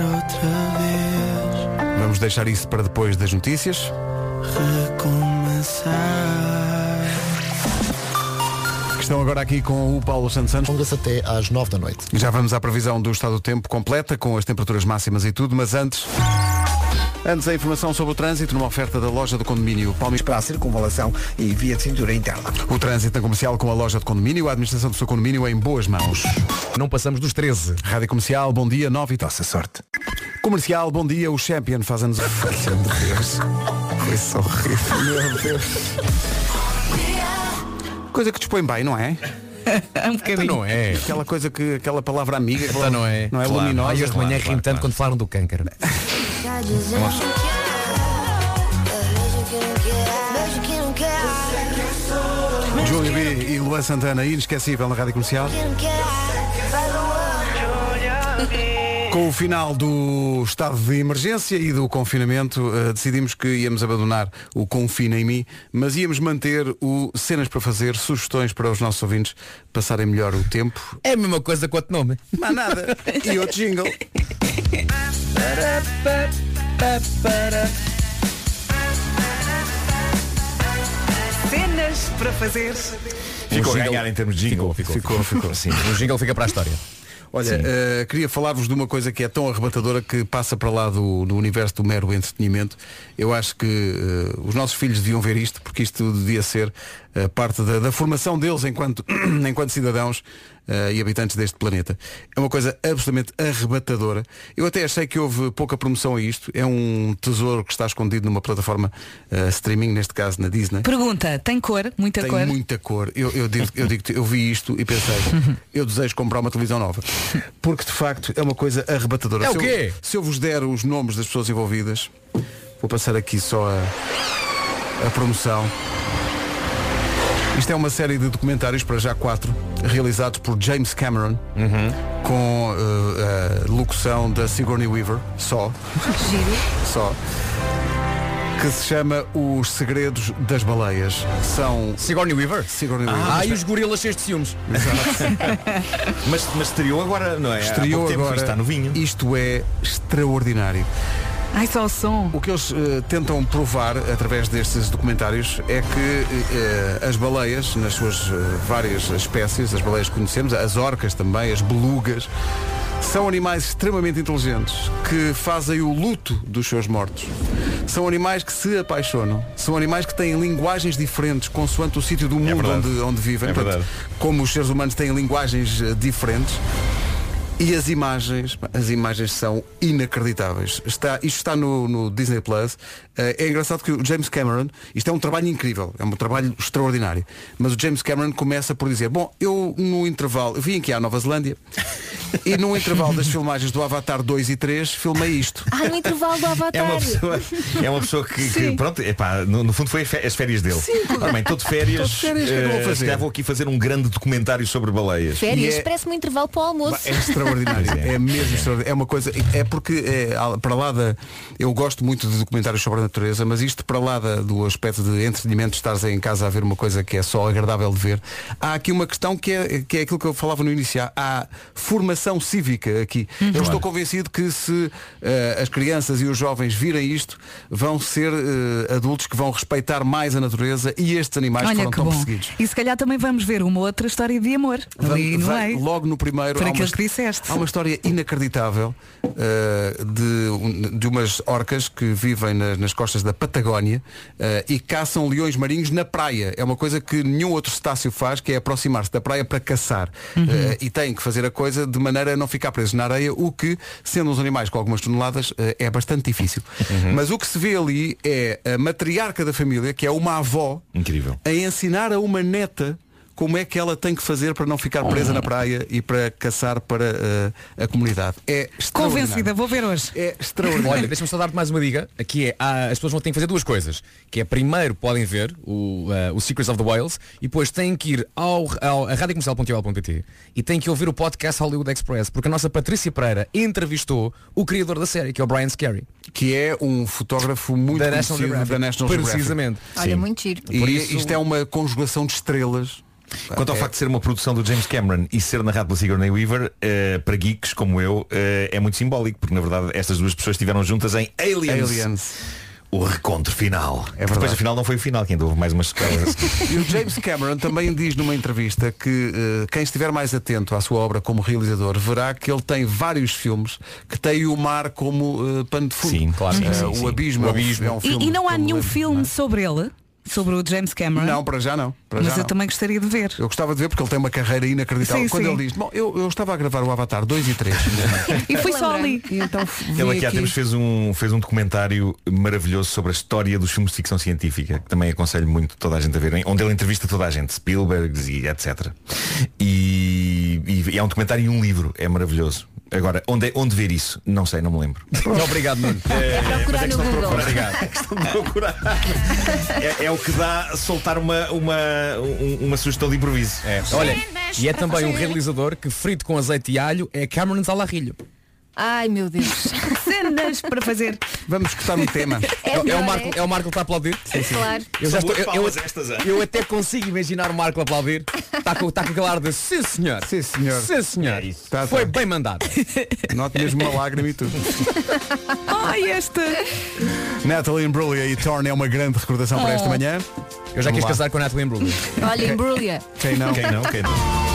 J: outra vez.
A: Vamos deixar isso para depois das notícias. Que estão agora aqui com o Paulo Santos Santos.
R: Prolonga-se até às
Q: Um
R: 9 da noite.
A: Já vamos à previsão do estado do tempo completa, com as temperaturas máximas e tudo, mas antes. Antes a informação sobre o trânsito numa oferta da loja do condomínio Palmeiras para a circunvalação e via de cintura interna. O trânsito na comercial com a loja de condomínio, a administração do seu condomínio em boas mãos. Não passamos dos 13. Rádio Comercial, bom dia, 9 e Nossa sorte. Comercial, bom dia, o Champion faz anos. Meu Deus. Coisa horrível, meu Deus. Coisa que dispõe bem, não é?
D: um bocadinho.
A: não é. Aquela coisa que, aquela palavra amiga. aquela-
K: não é.
A: Não é
K: Claro.
A: luminosa.
K: Ai, hoje de manhã
A: Claro,
K: ri-me
A: claro,
K: tanto quando falaram do câncer.
A: Júlio B e Luan Santana, inesquecível na Rádio Comercial. Com o final do estado de emergência e do confinamento, eh, decidimos que íamos abandonar o Confina em mim, mas íamos manter o Cenas para Fazer, sugestões para os nossos ouvintes passarem melhor o tempo.
K: É a mesma coisa com outro nome.
A: Mas nada. E outro jingle.
D: Cenas para fazer.
M: Ficou
K: Um
M: a
K: jingle-
M: ganhar em termos de jingle. Ficou,
A: ficou, ficou.
M: Sim, o jingle fica para a história.
A: Olha, eh, queria falar-vos de uma coisa que é tão arrebatadora que passa para lá do, do universo do mero entretenimento. Eu acho que eh, os nossos filhos deviam ver isto, porque isto devia ser eh, parte da, da formação deles enquanto, enquanto cidadãos eh, e habitantes deste planeta. É uma coisa absolutamente arrebatadora. Eu até achei que houve pouca promoção a isto. É um tesouro que está escondido numa plataforma eh, streaming, neste caso na Disney
D: Pergunta, tem cor? Muita
A: tem
D: cor?
A: muita cor. Eu, eu digo, eu digo, eu vi isto e pensei, eu desejo comprar uma televisão nova. Porque de facto é uma coisa arrebatadora.
K: É o
A: se,
K: quê?
A: Eu, se eu vos der os nomes das pessoas envolvidas, vou passar aqui só a, a promoção. Isto é uma série de documentários, para já quatro, realizados por James Cameron,
K: Uhum.
A: com eh, a locução da Sigourney Weaver, só. Só. Que se chama Os Segredos das Baleias. São.
K: Sigourney Weaver?
A: Sigourney Weaver.
K: Ah, e os gorilas cheios de ciúmes.
M: mas, mas estreou agora, não é? Há
A: Estreou
M: pouco tempo,
A: agora.
M: Está novinho.
A: Isto é extraordinário.
D: Ai, só o som.
A: O que eles eh, tentam provar através destes documentários é que eh, as baleias, nas suas eh, várias espécies, as baleias que conhecemos, as orcas também, as belugas, são animais extremamente inteligentes que fazem o luto dos seus mortos. São animais que se apaixonam. São animais que têm linguagens diferentes consoante o sítio do mundo
M: É verdade.
A: onde, onde vivem.
M: É
A: Portanto,
M: verdade.
A: como os seres humanos têm linguagens eh, diferentes e as imagens, pá, as imagens são inacreditáveis. Está, isto está no, no Disney Plus. Eh, é engraçado que o James Cameron, isto é um trabalho incrível, é um trabalho extraordinário. Mas o James Cameron começa por dizer, bom, eu no intervalo, eu vim aqui à Nova Zelândia e no intervalo das filmagens do Avatar 2 e 3 filmei isto.
G: Ah, no intervalo do Avatar.
M: É uma pessoa, é uma pessoa que, que, pronto, epá, no, no fundo foi as fé- as férias dele.
G: Sim, claro.
M: Ora bem, estou de férias.
A: Estou de férias, o que é que eu vou
M: eh,
A: fazer?
M: se calhar vou aqui fazer um grande documentário sobre baleias.
G: Férias,
M: E é-
G: parece-me um intervalo para o almoço.
A: É extraordinário.
M: Pois
A: é. mesmo extraordinário. É uma coisa. É porque é, al- para lá da. Eu gosto muito de documentários sobre a natureza, mas isto para lá da- do aspecto de entretenimento, estares em casa a ver uma coisa que é só agradável de ver, há aqui uma questão que é, que é aquilo que eu falava no início. Há- Há formação cívica aqui.
M: Uhum.
A: Eu estou
M: Claro.
A: convencido que se eh, as crianças e os jovens virem isto, vão ser eh, adultos que vão respeitar mais a natureza e estes animais que
D: Olha
A: foram
D: que
A: tão
D: bom.
A: perseguidos.
D: E se calhar também vamos ver uma outra história de amor. Ali
A: Vamos-
D: no
A: vai-
D: meio.
A: Logo no primeiro.
D: Por
A: há uma
D: aquilo
A: his-
D: que disseste.
A: Há uma história inacreditável eh, de, um- de umas orcas que vivem na- nas costas da Patagónia eh, e caçam leões marinhos na praia. É uma coisa que nenhum outro cetáceo faz, que é aproximar-se da praia para caçar.
R: Uhum.
A: Eh, e têm que fazer a coisa de maneira a não ficar presos na areia, o que, sendo uns animais com algumas toneladas, eh, é bastante difícil. Mas o que se vê ali é a matriarca da família, que é uma avó,
M: Incrível.
A: a ensinar a uma neta como é que ela tem que fazer para não ficar presa na praia e para caçar para eh, a comunidade. É extraordinário.
D: Convencida, vou ver hoje.
A: É
K: Olha, deixa-me só dar-te mais uma dica. Aqui é, há- as pessoas vão ter que fazer duas coisas. Que é, primeiro, podem ver o, eh, o Secrets of the Whales e depois têm que ir ao, ao a radiocomercial.ol.pt e têm que ouvir o podcast Hollywood Express, porque a nossa Patrícia Pereira entrevistou o criador da série, que é o Brian Scary.
A: Que é um fotógrafo muito
K: da National
A: conhecido
K: Geographic.
A: da National Geographic.
K: Precisamente.
G: Olha, muito giro.
A: E isto é uma conjugação de estrelas.
M: Quanto ao
A: É-
M: facto de ser uma produção do James Cameron e ser narrado pela Sigourney Weaver, eh, para geeks como eu, eh, é muito simbólico, porque na verdade estas duas pessoas estiveram juntas em Aliens.
A: Aliens.
M: O recontro final. Que depois
A: É verdade.
M: afinal não foi o final, que ainda houve mais umas sequelas.
A: E o James Cameron também diz numa entrevista que eh, quem estiver mais atento à sua obra como realizador verá que ele tem vários filmes que têm o mar como eh, pano de fundo. Sim, claro.
K: Sim, sim, sim.
A: o Abismo,
K: O
A: é um-
K: Abismo.
A: é um filme.
D: E, e não há
A: como
D: nenhum
A: lembro.
D: filme sobre ele? Sobre o James Cameron?
A: Não, para já não. Para
D: é? Mas eu
A: já não.
D: também gostaria de ver.
A: Eu gostava de ver porque ele tem uma carreira inacreditável.
D: Sim,
A: Quando
D: sim.
A: ele diz, bom, eu, eu estava a gravar o Avatar 2 e 3.
D: E então fui só ali.
M: Ele aqui há tempos fez um, fez um documentário maravilhoso sobre a história dos filmes de ficção científica, que também aconselho muito toda a gente a verem, onde ele entrevista toda a gente, Spielbergs e etc. E, e- e é um documentário e um livro, é maravilhoso. Agora, onde, é- onde ver isso? Não sei, não me lembro.
K: Obrigado, Nuno. Eh,
M: mas
J: no
M: é questão de
J: Google.
M: procurar. Obrigado. É questão de procurar. É, é o que dá soltar uma, uma, um- uma sugestão de improviso.
K: Olha, e é também um realizador que frito com azeite e alho é Cameron Zalarrilho.
G: Ai meu Deus.
D: Cenas para fazer.
A: Vamos cortar um tema.
K: É, é o Marco, é o Marco que está a aplaudir.
G: Claro.
K: Eu, já
M: São
K: estou,
M: boas
K: eu,
M: palmas
K: eu-
M: estas, é?
K: eu até consigo imaginar o Marco a aplaudir. Está com, está com aquele ar de sim senhor.
A: Sim senhor. É
K: Sim senhor.
M: Tá,
K: Foi bem mandado.
A: Note mesmo uma lágrima e tudo.
D: Ai, esta.
A: Natalie Imbruglia e Torn é uma grande recordação para
D: Ah.
A: esta
G: Oh.
A: manhã.
K: Eu já
A: Vamos
K: quis
A: lá.
K: casar com a Natalie Imbruglia.
G: Olha, embrulha.
A: Quem não?
M: Quem não, quem não.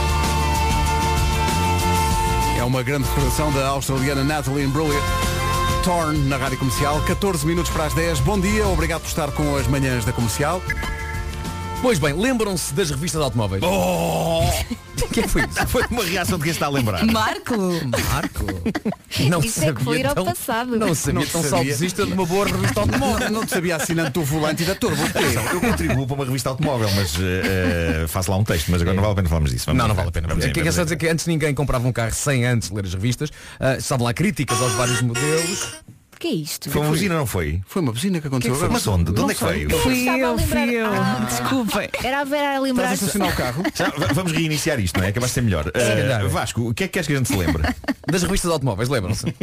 A: É uma grande recordação da australiana Natalie Imbruglia. Torn na Rádio Comercial, 14 minutos para as 10. Bom dia, obrigado por estar com as manhãs da comercial.
K: Pois bem, lembram-se das revistas de automóveis?
M: Oh!
K: O que é que foi isso?
M: Foi uma reação de quem está a lembrar.
D: Marco!
K: Marco! Não
G: Isso é que foi ir ao
K: tão-
G: passado.
K: Não sabia tão saudosista de uma boa revista automóvel.
A: Não, não te sabia assinante do volante e da turbo.
M: Atenção, eu contribuo para uma revista automóvel, mas eh, eh, faço lá um texto, mas agora não vale a pena falarmos disso.
K: não, não vale a pena.
M: Vamos
K: Porque
M: em
K: é que é
M: frente.
K: só dizer que antes ninguém comprava um carro sem antes ler as revistas. Ah, estavam lá críticas aos vários modelos.
G: O que é isto?
M: Foi uma buzina, não foi?
A: Foi uma buzina que aconteceu.
M: Que que foi? Mas onde? De onde é que veio?
D: Fui
G: Estava a
D: eu,
G: lembrar-
D: fui eu.
G: Ah.
D: Desculpem.
G: Era a Vera a lembrar-se.
M: Já, va- vamos reiniciar isto, não é? Acabaste de ser melhor. Eh,
K: calhar.
M: Vasco, o que é que queres que a gente se lembre?
K: das revistas de automóveis, lembram-se?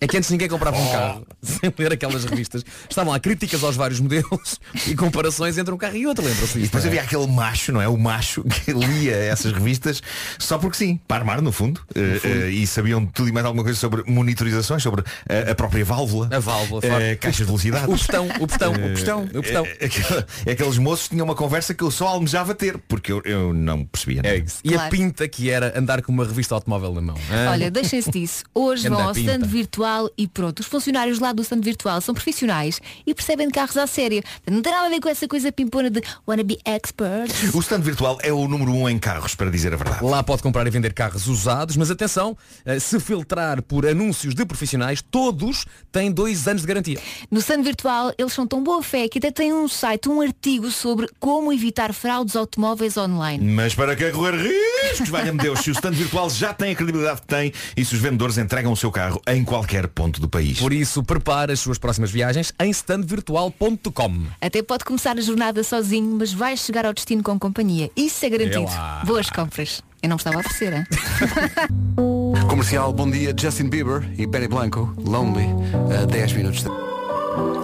K: É que antes ninguém comprava
M: Oh.
K: um carro sem ler aquelas revistas. Estavam lá críticas aos vários modelos e comparações entre um carro e outro, lembram-se?
M: E depois havia aquele macho, não é? O macho que lia essas revistas só porque sim, para armar no fundo. Eh, eh, e sabiam tudo e mais alguma coisa sobre monitorizações, sobre eh, a própria válvula.
K: A válvula,
M: eh,
K: claro.
M: Caixa de velocidade.
K: O pistão, o pistão, o
M: Eh,
K: pistão, o pistão.
M: eh, aquela- Aqueles moços tinham uma conversa que eu só almejava ter, porque eu, eu não percebia.
K: É isso. E a
G: Claro.
K: pinta que era andar com uma revista automóvel na mão. Ah.
G: Olha, deixem-se disso. Hoje
K: Ganda
G: vão ao
K: pinta.
G: stand virtual e pronto. Os funcionários lá do stand virtual são profissionais e percebem de carros à sério. Não tem nada a ver com essa coisa pimpona de wanna be expert.
M: O stand virtual é o número um em carros, para dizer a verdade.
K: Lá pode comprar e vender carros usados, mas atenção, eh, se filtrar por anúncios de profissionais, todos têm dois anos de garantia.
G: No stand virtual eles são tão boa fé que até têm um site, um artigo sobre como evitar fraudes automóveis online.
M: Mas para que correr riscos, valha-me Deus, se o stand virtual já tem a credibilidade que tem e se os vendedores entregam o seu carro em qualquer ponto do país.
K: Por isso, prepare as suas próximas viagens em standvirtual.com.
G: Até pode começar a jornada sozinho, mas vai chegar ao destino com companhia. Isso é garantido.
A: É lá.
G: Boas compras. Eu não me estava a oferecer, hein?
A: Comercial, bom dia, Justin Bieber e Benny Blanco, Lonely, a 10 minutos. de-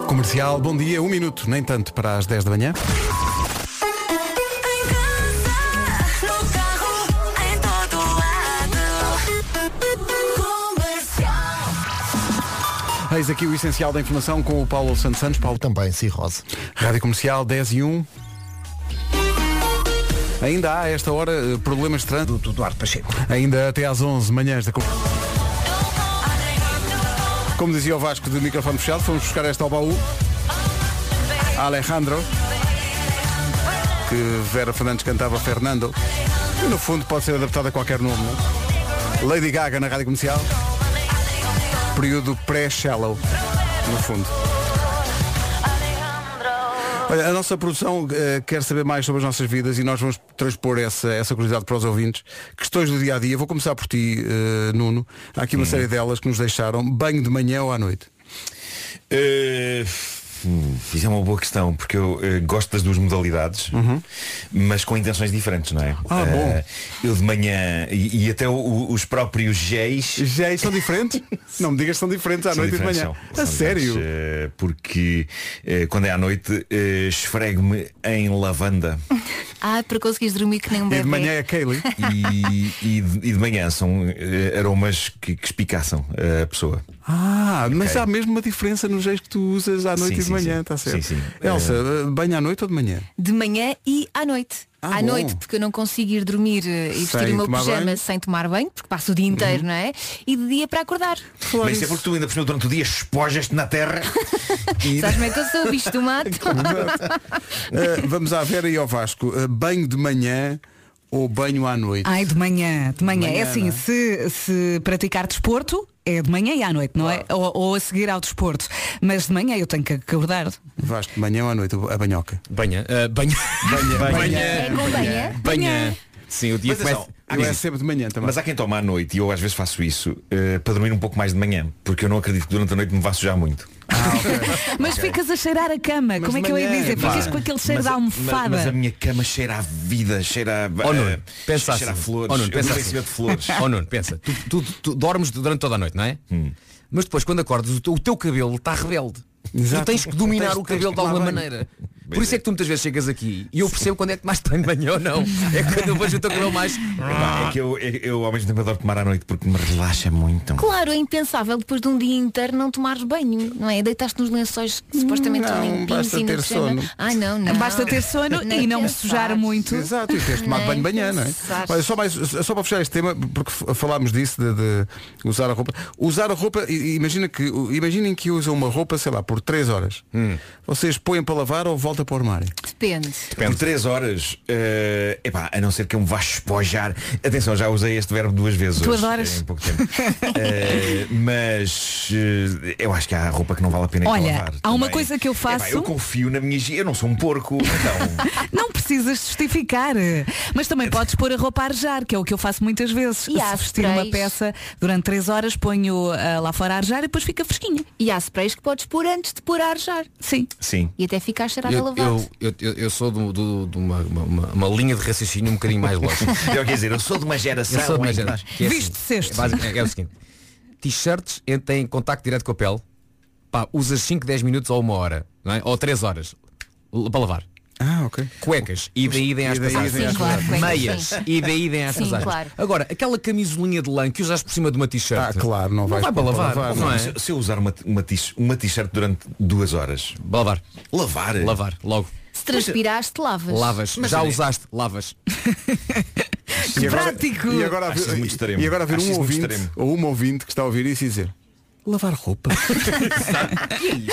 A: Comercial, bom dia, um minuto, nem tanto para as 10 da manhã.
B: No carro, em todo lado. Comercial.
A: Eis aqui o essencial da informação com o Paulo Santos Santos. Paulo também, Cirrose. Rádio Comercial 10 e 1. Ainda há, a esta hora, eh, problemas de trânsito. Do Duarte Pacheco. Ainda até às 11 manhãs da... Com- Como dizia o Vasco de microfone fechado, fomos buscar esta ao baú. Alejandro. Que Vera Fernandes cantava Fernando. E no fundo pode ser adaptado a qualquer nome. não é? Lady Gaga na Rádio Comercial. Período pré-shallow, no fundo. Olha, a nossa produção eh, quer saber mais sobre as nossas vidas e nós vamos transpor essa, essa curiosidade para os ouvintes. Questões do dia a dia. Vou começar por ti, eh, Nuno. Há
M: Hum.
A: aqui uma série delas que nos deixaram. Banho de manhã ou à noite?
M: Eh, hum, Isso é uma boa questão, porque eu eh, gosto das duas modalidades, mas com intenções diferentes, não é?
A: Uhum. Ah, bom.
M: Eh, eu de manhã, e, e até o- o- os próprios géis.
A: Géis é, são diferentes? não me digas que são diferentes à
M: São
A: noite e de
M: diferentes,
A: manhã.
M: são.
A: a
M: São
A: sério?
M: diferentes, eh, porque eh, quando é à noite, eh, esfrego-me em lavanda.
G: Ah, para conseguires dormir que nem um bebê.
A: é Kaylee.
M: E, e de, e de manhã são eh, aromas que, que espicaçam a pessoa.
A: Ah, mas
M: Ok.
A: há mesmo uma diferença nos géis que tu usas à
M: Sim,
A: noite e de
M: sim,
A: manhã,
M: sim.
A: está certo?
M: Sim, É. sim.
A: Elsa, banho à noite ou de manhã?
G: De manhã e à noite.
A: Ah,
G: à
A: bom.
G: noite, porque eu não consigo ir dormir eh, e vestir
M: Sem
G: o meu
M: tomar
G: pijama
M: banho.
G: sem tomar banho, porque passo o dia inteiro, não é? E de dia para acordar.
M: Mas isso é porque tu ainda por cima durante o dia espojas-te na terra. e-
G: Sabes como é que eu sou o bicho do mato?
A: Ah, vamos à Vera e ao Vasco. Ah, banho de manhã ou banho à noite?
D: Ai, de manhã, de manhã.
A: De manhã,
D: é assim,
A: não é?
D: se, se praticar desporto, é de manhã e à noite, não é? Ou, ou a seguir ao desporto. Mas de manhã eu tenho que acordar.
A: Vasco, de manhã ou à noite? A banhoca.
K: Banha. eh, banha.
M: Banha.
A: Banha. É com banha?
M: Banha.
K: Sim, o
M: dia
A: Mas atenção, há quem- Eu é sempre de manhã também.
M: Mas há quem toma à noite e eu às vezes faço isso eh, para dormir um pouco mais de manhã, porque eu não acredito que durante a noite me vá sujar muito.
D: Mas ficas a cheirar a cama, como é que eu ia dizer?
M: Pá,
D: Ficas com aquele cheiro
M: mas
D: da
M: a-
D: almofada.
M: Mas, mas a minha cama cheira a vida, cheira a.
K: Ó Nuno,
M: eh,
K: pensa
M: cheira
K: assim.
M: a flores.
K: Ó Nuno,
M: Eu
K: pensa
M: não sei
K: assim.
M: se eu de flores.
K: Ó Nuno, pensa. Tu, tu- tu dormes durante toda a noite, não é? Mas depois, quando acordas, o teu, o teu cabelo está rebelde.
A: Exato.
K: Tu tens que dominar
A: Tens-
K: o
A: tens
K: cabelo
A: que
K: de
A: tomar
K: alguma
A: banho.
K: maneira. Por isso é que tu muitas vezes chegas aqui e eu percebo quando é que mais tenho banho ou não. É quando eu vejo o teu cabelo mais.
M: Epá, É que eu, eu, eu ao mesmo tempo adoro tomar à noite porque me relaxa muito.
G: Claro, é impensável depois de um dia inteiro não tomares banho, não é? Deitaste nos lençóis que supostamente estão
D: Não,
G: limpinhos
D: basta
G: e no
D: ter
G: pijama.
D: sono.
G: Ai não, não.
D: Basta ter sono e não
G: pensar.
D: sujar muito.
A: Exato, e tens tomado
G: Nem
A: banho de manhã, não é?
G: pensar.
A: Olha, só, mais, só para fechar este tema, porque f- falámos disso de, de usar a roupa. Usar a roupa, i- i- imagina que, imaginem que usam uma roupa, sei lá, por 3 horas.
M: Hum.
A: Vocês põem para lavar ou volta para o armário?
G: Depende.
M: Por 3 horas, eh, epá, a não ser que eu me vá espojar. Atenção, já usei este verbo duas vezes
D: Tu
M: hoje,
D: adoras.
M: em pouco tempo. Eh, mas eh, eu acho que há roupa que não vale a pena ir
D: Olha,
M: lavar.
D: há uma
M: também.
D: coisa que eu faço.
M: Epá, eu confio na minha higiene. Eu não sou um porco. Então,
D: Não precisas justificar. Mas
M: É
D: também podes pôr a roupa a arejar, que é o que eu faço muitas vezes.
G: E há
D: Se vestir
G: sprays.
D: uma peça durante três horas, ponho ah, lá fora a arejar e depois fica fresquinha.
G: E há sprays que podes pôr antes de pôr a arejar.
D: Sim.
M: Sim.
G: E até fica a cheirar a
K: Eu,
G: lavado.
K: eu- eu- eu eu, eu sou do- do- de uma, uma- uma- uma linha de raciocínio um bocadinho mais longe.
M: É Eu quero dizer, eu sou de uma geração
K: Eu sou de uma
M: em que
K: geração.
M: nós-
K: que é assim,
M: Viste cesto.
K: é basic- É, é o seguinte. T-shirts en- têm contacto direto com a pele. Pá, usas 5, 10 minutos ou uma hora, não é? Ou 3 horas l- para lavar.
A: Ah, ok.
K: Cuecas, e daí idem às
A: E daí idem
K: passagens.
A: às Sim, claro, passagens. cuecas,
K: Meias,
A: sim.
K: e daí idem às
A: Sim,
K: passagens.
A: claro.
K: Agora, aquela camisolinha de lã que usas por cima de uma t-shirt. Ah,
A: claro, não,
K: vai para lavar. não é?
M: Se, se eu usar uma, uma t- uma t-shirt durante duas horas.
K: Lavar.
M: Lavar?
K: Lavar, logo.
G: Se transpiraste, lavas.
K: Lavas. Já usaste, lavas.
A: E agora- E agora,
M: Acho isso é
A: haver,
M: muito extremo.
A: e agora haver
M: Acho
A: um
M: isso muito
A: ouvinte
M: extremo.
A: ou uma ouvinte que está a ouvir isso e dizer lavar roupa.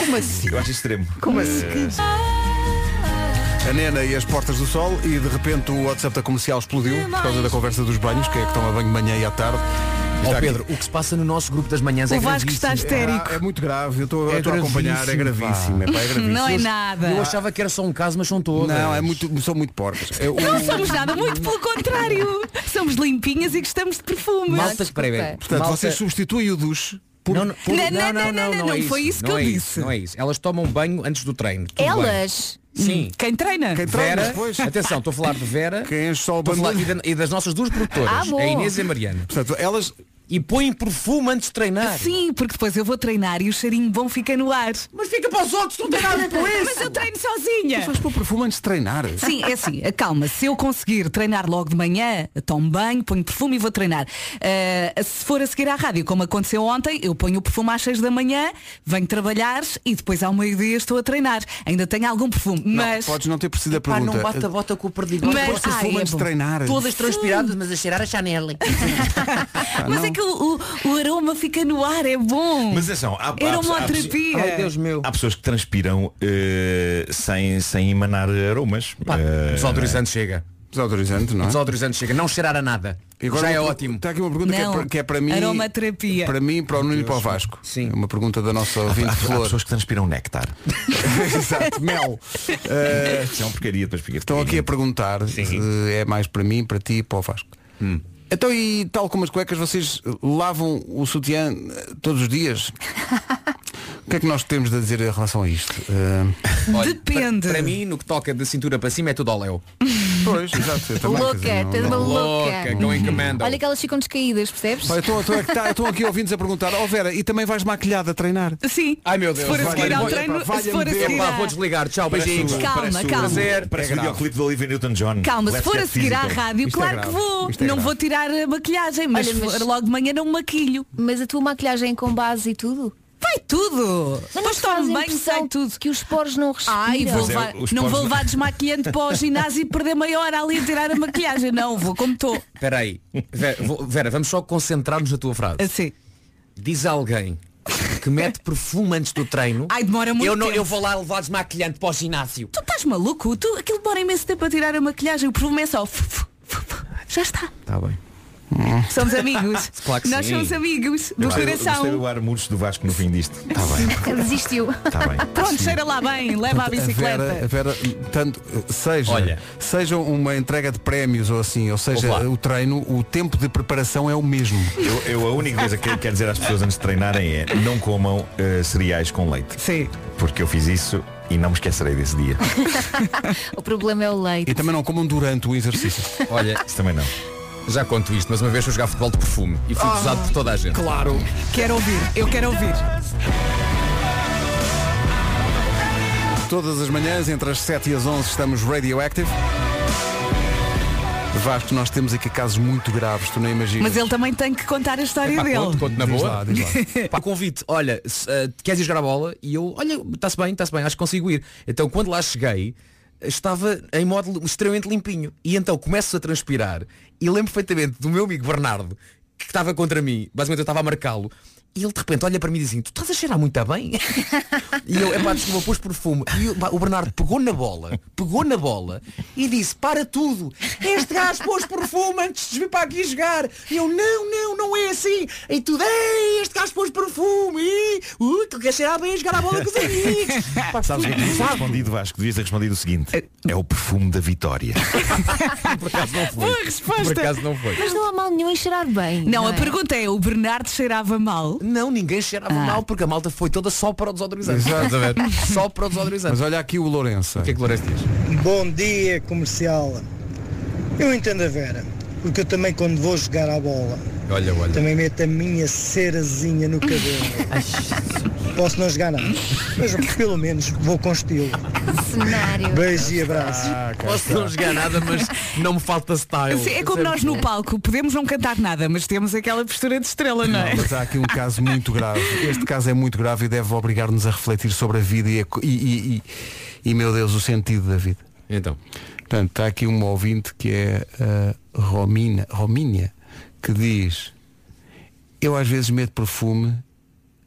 M: Como assim? Eu acho extremo. Eh,
A: Como assim? A Nena e as Portas do Sol e de repente o WhatsApp da comercial explodiu por causa da conversa dos banhos, que é que toma banho de manhã e à tarde.
K: Ó
A: Está aqui-
K: Pedro, o que se passa no nosso grupo das manhãs é gravíssimo.
A: É, é muito grave, eu estou
K: É
A: estou a acompanhar, é
K: gravíssimo, pá.
A: gravíssimo. É, pá, é gravíssimo.
D: Não é
A: Eu-
D: nada.
K: Eu achava que era só um caso, mas são todas.
A: Não, é muito, são muito porcas. É, o-
D: Não somos nada, muito pelo contrário. Somos limpinhas e gostamos de perfume.
A: Malta,
K: espera aí,
A: Portanto,
K: Malta-
A: vocês substituem o duche por...
K: Não, não,
D: Não, não, não, não, não
K: é
D: foi isso que
K: não
D: eu
K: é
D: disse.
K: Não é isso. Elas tomam banho antes do treino. tudo bem.
G: Elas?
K: Sim.
D: Quem treina?
K: Quem
D: treina,
K: Vera,
D: Hum. pois.
K: atenção, estou a falar de Vera
A: Quem só
K: estou a falar, e, da- e das nossas duas
D: Ah,
K: produtoras,
D: bom.
K: a Inês e a Mariana.
A: Portanto, elas
K: e põem perfume antes de treinar.
D: Sim, porque depois eu vou treinar e o cheirinho bom fica no ar.
K: Mas fica para os outros, não tem nada a ver com
D: Mas
K: isso.
D: eu treino sozinha.
A: Mas vais pôr perfume antes de treinar.
D: Sim, é assim, calma, se eu conseguir treinar logo de manhã, tomo banho, ponho perfume e vou treinar. Ah, se for a seguir à rádio, como aconteceu ontem, eu ponho o perfume às 6 da manhã, venho trabalhar e depois ao meio-dia estou a treinar. Ainda tenho algum perfume,
A: Não,
D: mas.
A: podes não ter preciso da
D: Epá,
A: pergunta.
D: não bata a
F: bota com o
D: perdigão. Mas-
A: Mas,
D: Ah,
A: perfume
D: é
A: antes de
D: bom.
A: treinar.
F: Todas transpiradas, mas a cheirar a Chanel.
D: Mas é que o, o- o aroma fica no ar, é bom.
M: Mas ah, atenção, há, há,
D: Era
M: há,
D: uma terapia.
M: há pessoas que transpiram eh, sem, sem emanar aromas. Eh,
K: Desodorizante chega.
A: Desodorizante, não é?
K: Desodorizante chega. Não cheirar a nada.
A: E agora
K: Já é
A: uma-
K: ótimo.
A: Está aqui uma pergunta que é,
D: Não,
A: para, que é para mim.
D: aromaterapia.
A: Para mim, para o Nuno e para o Vasco. Sim. Uma pergunta da nossa ouvinte
M: há, há
A: Flor.
M: pessoas que transpiram néctar.
A: Exato, mel. Eh,
M: Isso é uma porcaria, depois fica
A: estão aqui a perguntar se é mais para mim, para ti e para o Vasco.
K: Hum.
A: Então e tal como as cuecas, vocês lavam o sutiã eh, todos os dias? o que é que nós temos de dizer em relação a isto? Eh,
D: Depende.
K: Para, para mim, no que toca de cintura para cima é tudo ao Léo.
A: pois, exato. eu também,
G: Louca,
A: quer dizer, não-
G: tens uma
A: não-
G: louca.
K: Louca, going commando.
G: Olha que elas ficam descaídas, percebes?
A: Pá, eu estou- estou é que tá- Estão aqui ouvintes a perguntar, ó Vera, e também vais maquilhada a treinar?
D: Sim.
K: Ai meu Deus.
D: Se for a seguir
K: Valha-me
D: ao
K: Deus.
D: treino,
K: Epá,
D: se for a
K: valha-me Deus.
D: seguir
K: Epá,
D: à-
K: vou desligar. Tchau, beijinhos.
D: Calma, calma.
M: Parece
K: É
M: o
K: grave.
M: videoclipe do Olivia Newton-John.
D: Calma, se
M: Let's
D: for
M: Get
D: a seguir à
M: Physical.
D: rádio,
M: Isto é
D: claro que
M: grave.
D: vou.
M: Isto é
D: não
M: grave.
D: vou tirar a maquilhagem, mas,
G: Olha,
D: se
G: mas-
D: for logo de manhã não maquilho.
G: Mas a tua maquilhagem é com base e tudo?
D: Vai tudo!
G: Mas
D: Depois tomo banho, sai tudo.
G: Que os poros não respiram.
D: Ai, vou
M: Mas é,
D: levar-
M: os
D: não vou
M: poros não-
D: levar desmaquilhante para o ginásio e perder meia hora ali a tirar a maquilhagem. Não, vou como estou.
K: Espera aí. Vera, vou- Vera, vamos só concentrar-nos na tua frase.
D: Assim.
K: Diz alguém que mete perfume antes do treino.
D: Ai, demora muito
K: eu, não,
D: tempo.
K: eu vou lá levar desmaquilhante para o ginásio.
D: Tu estás maluco? Tu, aquilo demora imenso tempo a tirar a maquilhagem. O problema é só. Já está.
A: Tá
K: Está bem.
D: Somos amigos.
M: Claro que
D: Nós
M: sim.
D: somos amigos do
M: Gostei- Gostei
D: coração.
M: do ar murcho do Vasco no fim disto. Está bem,
G: Desistiu.
M: está bem.
D: Pronto, cheira lá bem, leva a
A: Portanto, Vera, a
D: bicicleta.
A: Vera, tanto, seja,
M: Olha.
A: seja uma entrega de prémios ou assim, ou seja,
M: Opa.
A: o treino, o tempo de preparação é o mesmo.
M: Eu, eu a única coisa que eu quero dizer às pessoas antes de treinarem é não comam eh, cereais com leite.
D: Sim.
M: Porque eu fiz isso e não me esquecerei desse dia.
G: O problema é o leite.
A: E também não comam durante o exercício.
K: Olha,
M: Isso também não.
K: já conto isto, mas uma vez fui jogar futebol de perfume e
D: Oh.
K: fui usado por toda a gente.
A: Claro.
D: Quero ouvir, eu quero ouvir.
A: Todas as manhãs, entre as 7 e as 11, estamos radioactive. Vasco, nós temos aqui casos muito graves, tu não imaginas.
D: Mas ele também tem que contar a história
K: Pá,
D: dele.
K: conto, conto na
A: Diz
K: boa.
A: lá, diz lá.
K: Pá, convite, olha, se, eh, queres ir jogar a bola? E eu, olha, está-se bem, está-se bem, acho que consigo ir. Então quando lá cheguei, estava em modo li- extremamente limpinho. E então começo a transpirar e lembro perfeitamente do meu amigo Bernardo, que estava contra mim, basicamente eu estava a marcá-lo. E ele de repente olha para mim e diz assim, tu estás a cheirar muito a bem? e eu, epá, desculpa, pus perfume. E o, pá, o Bernardo pegou na bola, pegou na bola e disse, para tudo, este gajo pôs perfume antes de vir para aqui jogar. E eu, não, não, não é assim. E tudo, ei, este gajo pôs perfume. Ih, Ui, que quer cheirar bem a jogar a bola com os amigos. Pá,
M: Sabes o que é que devias ter
K: sabe?
M: respondido, Vasco? Devias ter respondido o seguinte. É o perfume da vitória.
K: Por acaso não foi.
D: Boa resposta.
K: Por acaso não foi.
G: Mas não há mal nenhum em cheirar bem.
D: Não, a
G: é?
D: pergunta é, o Bernardo cheirava mal?
K: Não, ninguém cheirava mal porque a malta foi toda só para o desodorizante.
A: Exato.
K: Estás a ver? Só para o desodorizante.
A: Mas olha aqui o Lourenço.
K: O que é que Lourenço diz?
R: Bom dia, comercial. Eu entendo a Vera, porque eu também quando vou jogar à bola,
K: Olha, olha.
R: também meto a minha cerazinha no cabelo. Posso não jogar nada, mas pelo menos vou com estilo.
G: Cenário.
R: Beijos e abraços.
Q: Posso não jogar nada, mas não me falta style.
D: Sim, é como nós no palco, podemos não cantar nada, mas temos aquela postura de estrela, não é?
A: Não, mas há aqui um caso muito grave. Este caso é muito grave e deve obrigar-nos a refletir sobre a vida e, a co- e- e- e- e, meu Deus, o sentido da vida.
K: Então.
A: Portanto, está aqui uma ouvinte que é a Romina, Romínia, que diz Eu às vezes meto perfume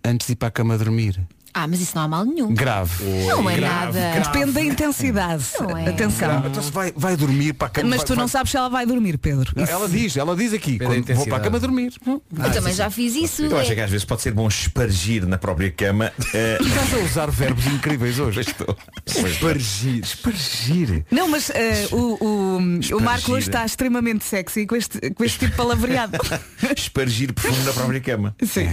A: antes de ir para a cama dormir.
G: Ah, mas isso não há mal nenhum.
A: Grave.
G: Não é
A: Grave,
G: nada.
A: grave.
D: Depende da intensidade.
G: Não é.
D: Atenção.
A: Grave. Então se vai, vai dormir para a cama.
D: Mas
A: vai-
D: tu não
A: vai-
D: sabes se ela vai dormir, Pedro.
A: Não, Ela diz, ela diz aqui, quando vou para a cama dormir.
G: eu também já fiz isso.
M: Eu
G: é-
M: acho que às vezes pode ser bom espargir na própria cama. eh,
A: Estás a usar verbos incríveis hoje.
M: estou.
A: Espargir. Espargir.
D: Não, mas eh, o, o- o Marco hoje está extremamente sexy com este, com este tipo de palavreado.
M: espargir perfume na própria cama.
D: Sim.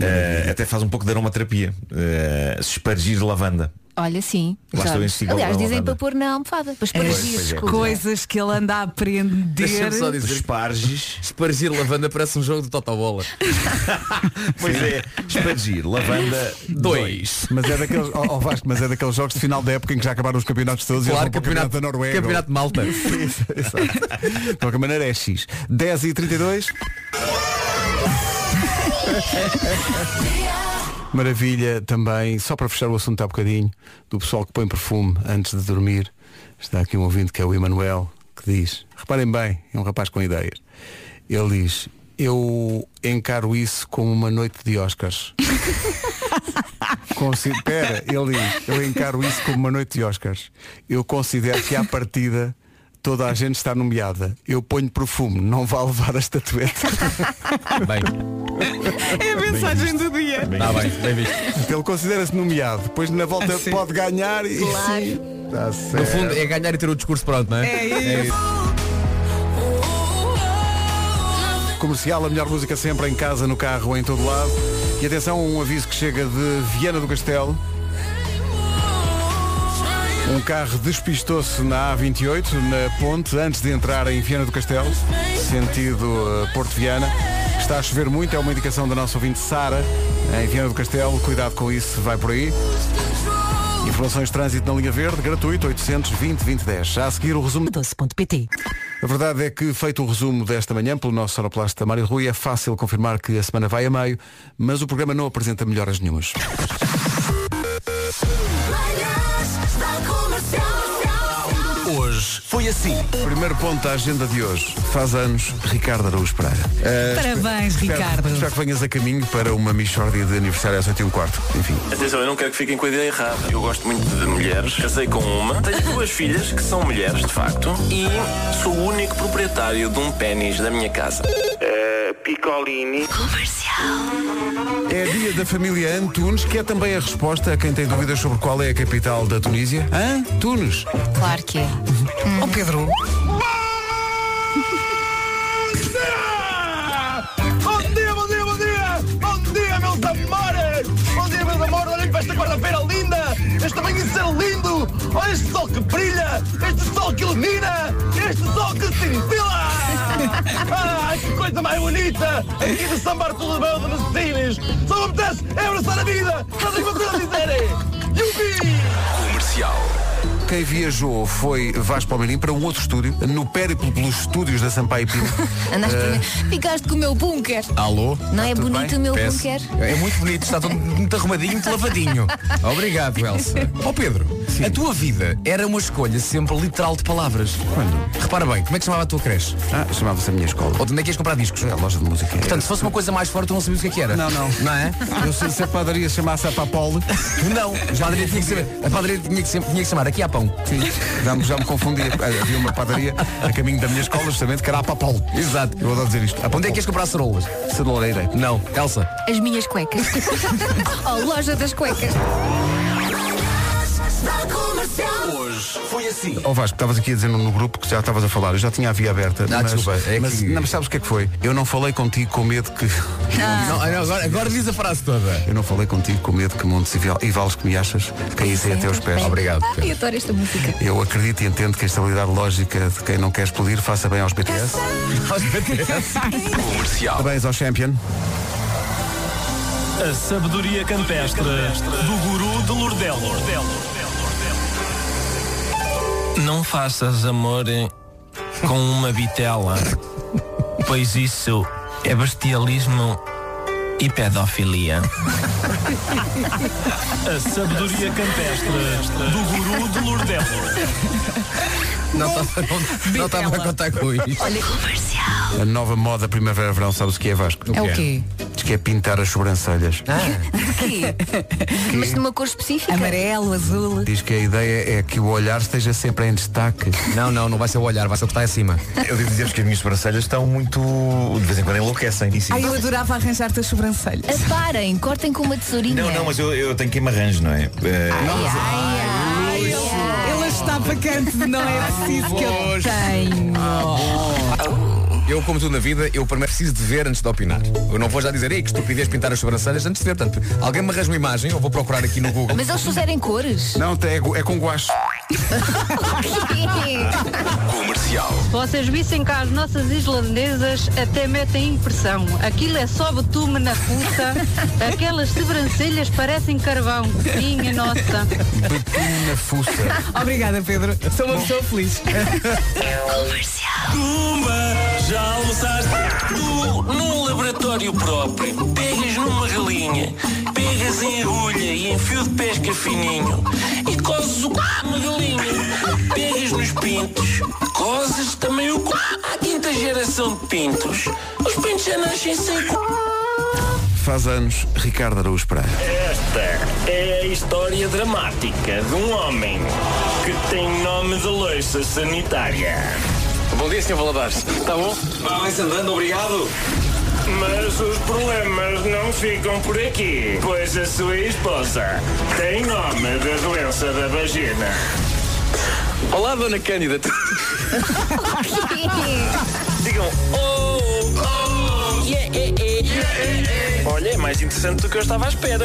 M: Eh, até faz um pouco de aromaterapia. Eh, se espargir lavanda.
G: Olha, sim.
M: Lá
G: Já.
M: estou eu em cima
G: Aliás,
M: da
G: dizem
M: lavanda.
G: para pôr na almofada. Para
M: Pois,
G: espargir
M: pois
G: as
M: é.
G: coisas.
D: Coisas que ele anda a aprender.
K: Deixa-me só dizer.
M: Esparges.
K: Espargir lavanda parece um jogo de totobola.
M: Pois é, espargir lavanda
K: 2.
A: Mas é daqueles, ó, ó Vasco, mas é daqueles jogos de final da época em que já acabaram os campeonatos todos
K: Claro,
A: e eles vão para o campeonato
K: um campeonato-
A: da Noruega.
K: campeonato de Malta.
A: Isso, exato. De qualquer maneira é X. 10 e 32. Maravilha também, só para fechar o assunto há bocadinho, do pessoal que põe perfume antes de dormir. Está aqui um ouvinte que é o Emanuel, que diz, reparem bem, é um rapaz com ideias. Ele diz, eu encaro isso como uma noite de Oscars. Consi- Pera, ele diz, eu encaro isso como uma noite de Oscars. Eu considero que à partida toda a gente está nomeada. Eu ponho perfume, não vá levar a estatueta.
K: Bem.
D: É a mensagem do dia.
K: Está bem, bem visto.
A: Ele considera-se nomeado, depois na volta pode ganhar e. Tá Claro. Está certo.
K: No fundo é ganhar e ter o discurso pronto, não é?
A: É isso. Comercial, a melhor música sempre em casa, no carro, em todo lado. E atenção, um aviso que chega de Viana do Castelo. Um carro despistou-se na A28, na ponte, antes de entrar em Viana do Castelo, sentido eh, Porto Viana. Está a chover muito, é uma indicação da nossa ouvinte Sara, em Viana do Castelo. Cuidado com isso, vai por aí. Informações de trânsito na linha verde, gratuito, 820-2010. Já a seguir o resumo. 12.pt A verdade é que, feito o resumo desta manhã pelo nosso sonoplasta Mário Rui, é fácil confirmar que a semana vai a meio, mas o programa não apresenta melhoras nenhumas. Hoje foi assim. Primeiro ponto da agenda de hoje. Faz anos, Ricardo Araújo Pereira. Eh,
D: Parabéns,
A: espero-
D: Ricardo.
A: Espero que venhas a caminho para uma mixórdia de aniversário às 8 e um quarto. Enfim.
S: Atenção, eu não quero que fiquem com a ideia errada. Eu gosto muito de mulheres, casei com uma, tenho duas filhas que são mulheres, de facto, e sou o único proprietário de um pênis da minha casa. Picolini.
A: É dia da família Antunes, que é também a resposta a quem tem dúvidas sobre qual é a capital da Tunísia. Hã? Tunes?
G: Claro que é.
D: Oh Pedro.
H: Bom dia, bom dia, bom dia! Bom dia, meus amores! Bom dia, meus amores! Olhem para esta quarta-feira linda! Este amanhecer lindo! Olha este sol que brilha! Este sol que ilumina! Este sol que cintila! Ah, que coisa mais bonita! Aqui de São Bartolomeu de Messines! Só me apetece é abraçar a vida! Só tenho uma coisa a dizer! é, Yupi!
S: Comercial.
A: Quem viajou foi Vasco Palmeirim para um outro estúdio, no périplo pelos estúdios da
K: É
A: Sampaio Pino.
G: Andaste
A: Eh,
G: com- Ficaste com o meu bunker.
A: Alô?
G: Não é
A: Está tudo
G: bonito
A: bem?
G: o meu
A: Peço.
G: bunker?
K: É muito bonito, está todo muito arrumadinho, muito lavadinho. Obrigado, Elsa. Ó Pedro, a tua vida era uma escolha sempre literal de palavras. Quando? Repara bem, como é que chamava a tua creche?
A: Ah, chamava-se a minha escola.
K: Ou de onde é que ias comprar discos? É a
A: loja de música.
K: Portanto, se fosse uma coisa mais forte, tu não sabias o que é que era.
A: Não, não.
K: Não é?
A: Eu sei se a padaria chamasse a Papole.
K: Não, a padaria tinha que saber. A padaria tinha que, sempre, tinha que chamar aqui há pão.
A: Sim, já me, já me confundi. Havia uma padaria a caminho da minha escola, justamente, que era a Papole.
K: Exato.
A: Eu adoro dizer isto. A
K: Onde é que ias comprar cerolas?
A: Ceroleira.
K: Não, Elsa.
G: As minhas cuecas. oh, loja das cuecas.
B: Comercial. hoje foi assim.
A: Ó Vasco, estavas aqui a dizer no, no grupo que já estavas a falar, eu já tinha a via aberta.
K: Ah,
A: mas,
K: desculpa, é
A: mas-
K: que-
A: não, mas sabes o que é que foi? Eu não falei contigo com medo que.
T: Ah.
K: Não, Ah, não, agora, agora diz a frase toda.
A: Eu não falei contigo com medo que Montes e Val- e Vales que me achas caíssem até aos pés. Obrigado.
G: Ai, adoro esta música.
A: Eu acredito e entendo que a estabilidade lógica de quem não quer explodir faça bem aos BTS.
K: Aos BTS.
A: Comercial. Parabéns ao Champion.
E: A sabedoria campestre do guru de Lourdelo.
B: Não faças amor com uma vitela, pois isso é bestialismo e pedofilia.
E: A sabedoria campestre do guru de Lourdelo.
K: Não estava a contar com isso.
A: A nova moda primavera-verão, sabes o que é Vasco?
T: É o quê?
A: Diz que é pintar as sobrancelhas.
K: Ah.
T: Mas numa cor específica?
D: Amarelo, azul.
A: Diz que a ideia é que o olhar esteja sempre em destaque.
K: Não, não, não vai ser o olhar, vai ser o que está acima.
M: Eu devo dizer-vos que as minhas sobrancelhas estão muito. de vez em quando enlouquecem.
D: Ai, eu adorava arranjar-te as sobrancelhas.
T: Aparem, cortem com uma tesourinha.
M: Não, não, mas eu, eu tenho que ir me arranjo, não é? Eh,
D: Ela está para canto, não é preciso que eu tenho.
K: Eu, como tudo na vida, eu primeiro preciso de ver antes de opinar. Eu não vou já dizer, ei, que estupidez pintar as sobrancelhas antes de ver. Portanto, alguém me arranja uma imagem, eu vou procurar aqui no Google.
T: Mas eles fizerem cores.
A: Não, é, com guache.
B: Comercial.
P: Se vocês vissem cá as nossas islandesas, até metem impressão. Aquilo é só betume na puta. Aquelas sobrancelhas parecem carvão. Minha nossa.
A: Betina fuça.
D: Obrigada, Pedro. Sou uma pessoa feliz.
B: Comercial. Pumba, já almoçaste? Tu, num laboratório próprio, pegas numa galinha, pegas em agulha e em fio de pesca fininho e cozes o c... na galinha. Pegas nos pintos, cozes também o c... à quinta geração de pintos. Os pintos já nascem sem c...
A: Faz anos, Ricardo Araújo Pereira.
E: Esta é a história dramática de um homem que tem nome de louça sanitária. Bom dia, Sr. Valadares.
B: Tá
E: Está bom? Vai-se andando, obrigado. Mas os problemas não ficam por aqui, pois a sua esposa tem nome da doença da vagina. Olá, Dona Cândida.
B: Digam, oh, oh, yeah, yeah, yeah, yeah, yeah. Olha, é mais interessante do que eu estava à espera.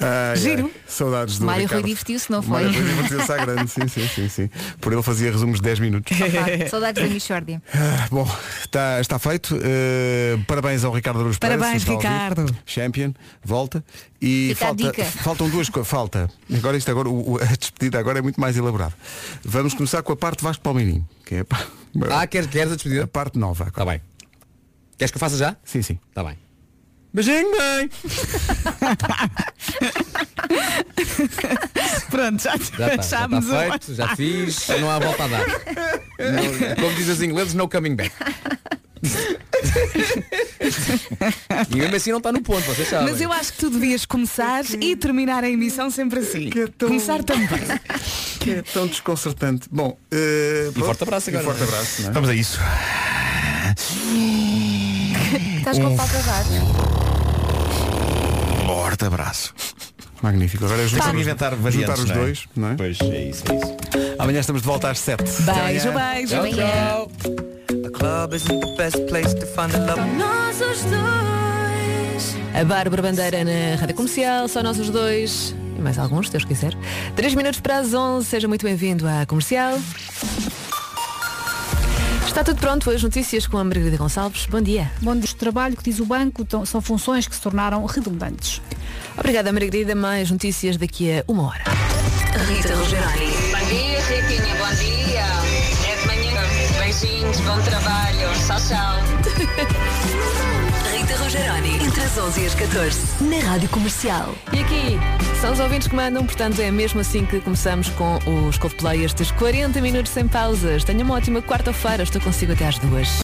A: Ai,
T: Giro.
A: ai, saudades do
T: Mário
A: Ricardo.
T: Rui divertiu-se, não foi?
A: Mário Rui divertiu-se à grande, sim, sim, sim, sim. Por ele fazia resumos de 10 minutos.
T: Opa, saudades da Michórdia.
A: Ah, Bom, está, está feito. Uh, parabéns ao Ricardo Aruz
T: Parabéns, Ricardo.
A: Champion, volta. E
T: Fica a
A: falta-
T: dica.
A: faltam duas coisas. Falta. Agora isto agora, o- o- a despedida agora é muito mais elaborada. Vamos começar com a parte Vasco Palmeirinho. Que é a pa-
K: Ah, queres, queres a despedida? A
A: parte nova. Está
K: Tá bem. Queres que eu faça já?
A: Sim, sim.
K: Está bem.
A: Beijinho, mãe!
D: Pronto, já,
K: Já está, já
D: achámos
K: está
D: um-
K: feito, já fiz, não há volta a dar. No- como dizem os ingleses, no coming back. e mesmo assim não está no ponto, vocês sabem.
D: Mas eu acho que tu devias começar e terminar a emissão sempre assim. Começar também.
A: Que é tão desconcertante. Bom, uh,
M: Um forte abraço agora.
A: Um forte abraço. não é?
M: Vamos a isso.
T: Estás
M: Um.
T: com falta de ar.
M: Forte abraço.
A: Magnífico. Agora é
M: Tem que
A: juntar, os-
M: inventar variantes,
A: juntar os
M: não é?
A: dois, não é?
M: Pois é isso, é isso.
A: Amanhã estamos de volta às 7.
D: Beijo, beijo. Amanhã.
G: Nós os dois. A Bárbara Bandeira na Rádio Comercial, só nós os dois. E mais alguns, se Deus quiser. Três minutos para as 11, seja muito bem-vindo à Comercial. Está tudo pronto, hoje notícias com a Margarida Gonçalves. Bom dia.
U: Bom dia. Trabalho que diz o banco tão- são funções que se tornaram redundantes.
G: Obrigada, Margarida. Mais notícias daqui a uma hora.
V: Rita Rogeroni. Bom dia, Riquinha, bom dia. É de manhã. Beijinhos, bom trabalho. Tchau, tchau. Rita Rogeroni, entre as 11 e as 14, na Rádio Comercial.
G: E aqui são os ouvintes que mandam, portanto é mesmo assim que começamos com os Coldplay estes 40 minutos sem pausas. Tenha uma ótima quarta-feira, estou consigo até às duas.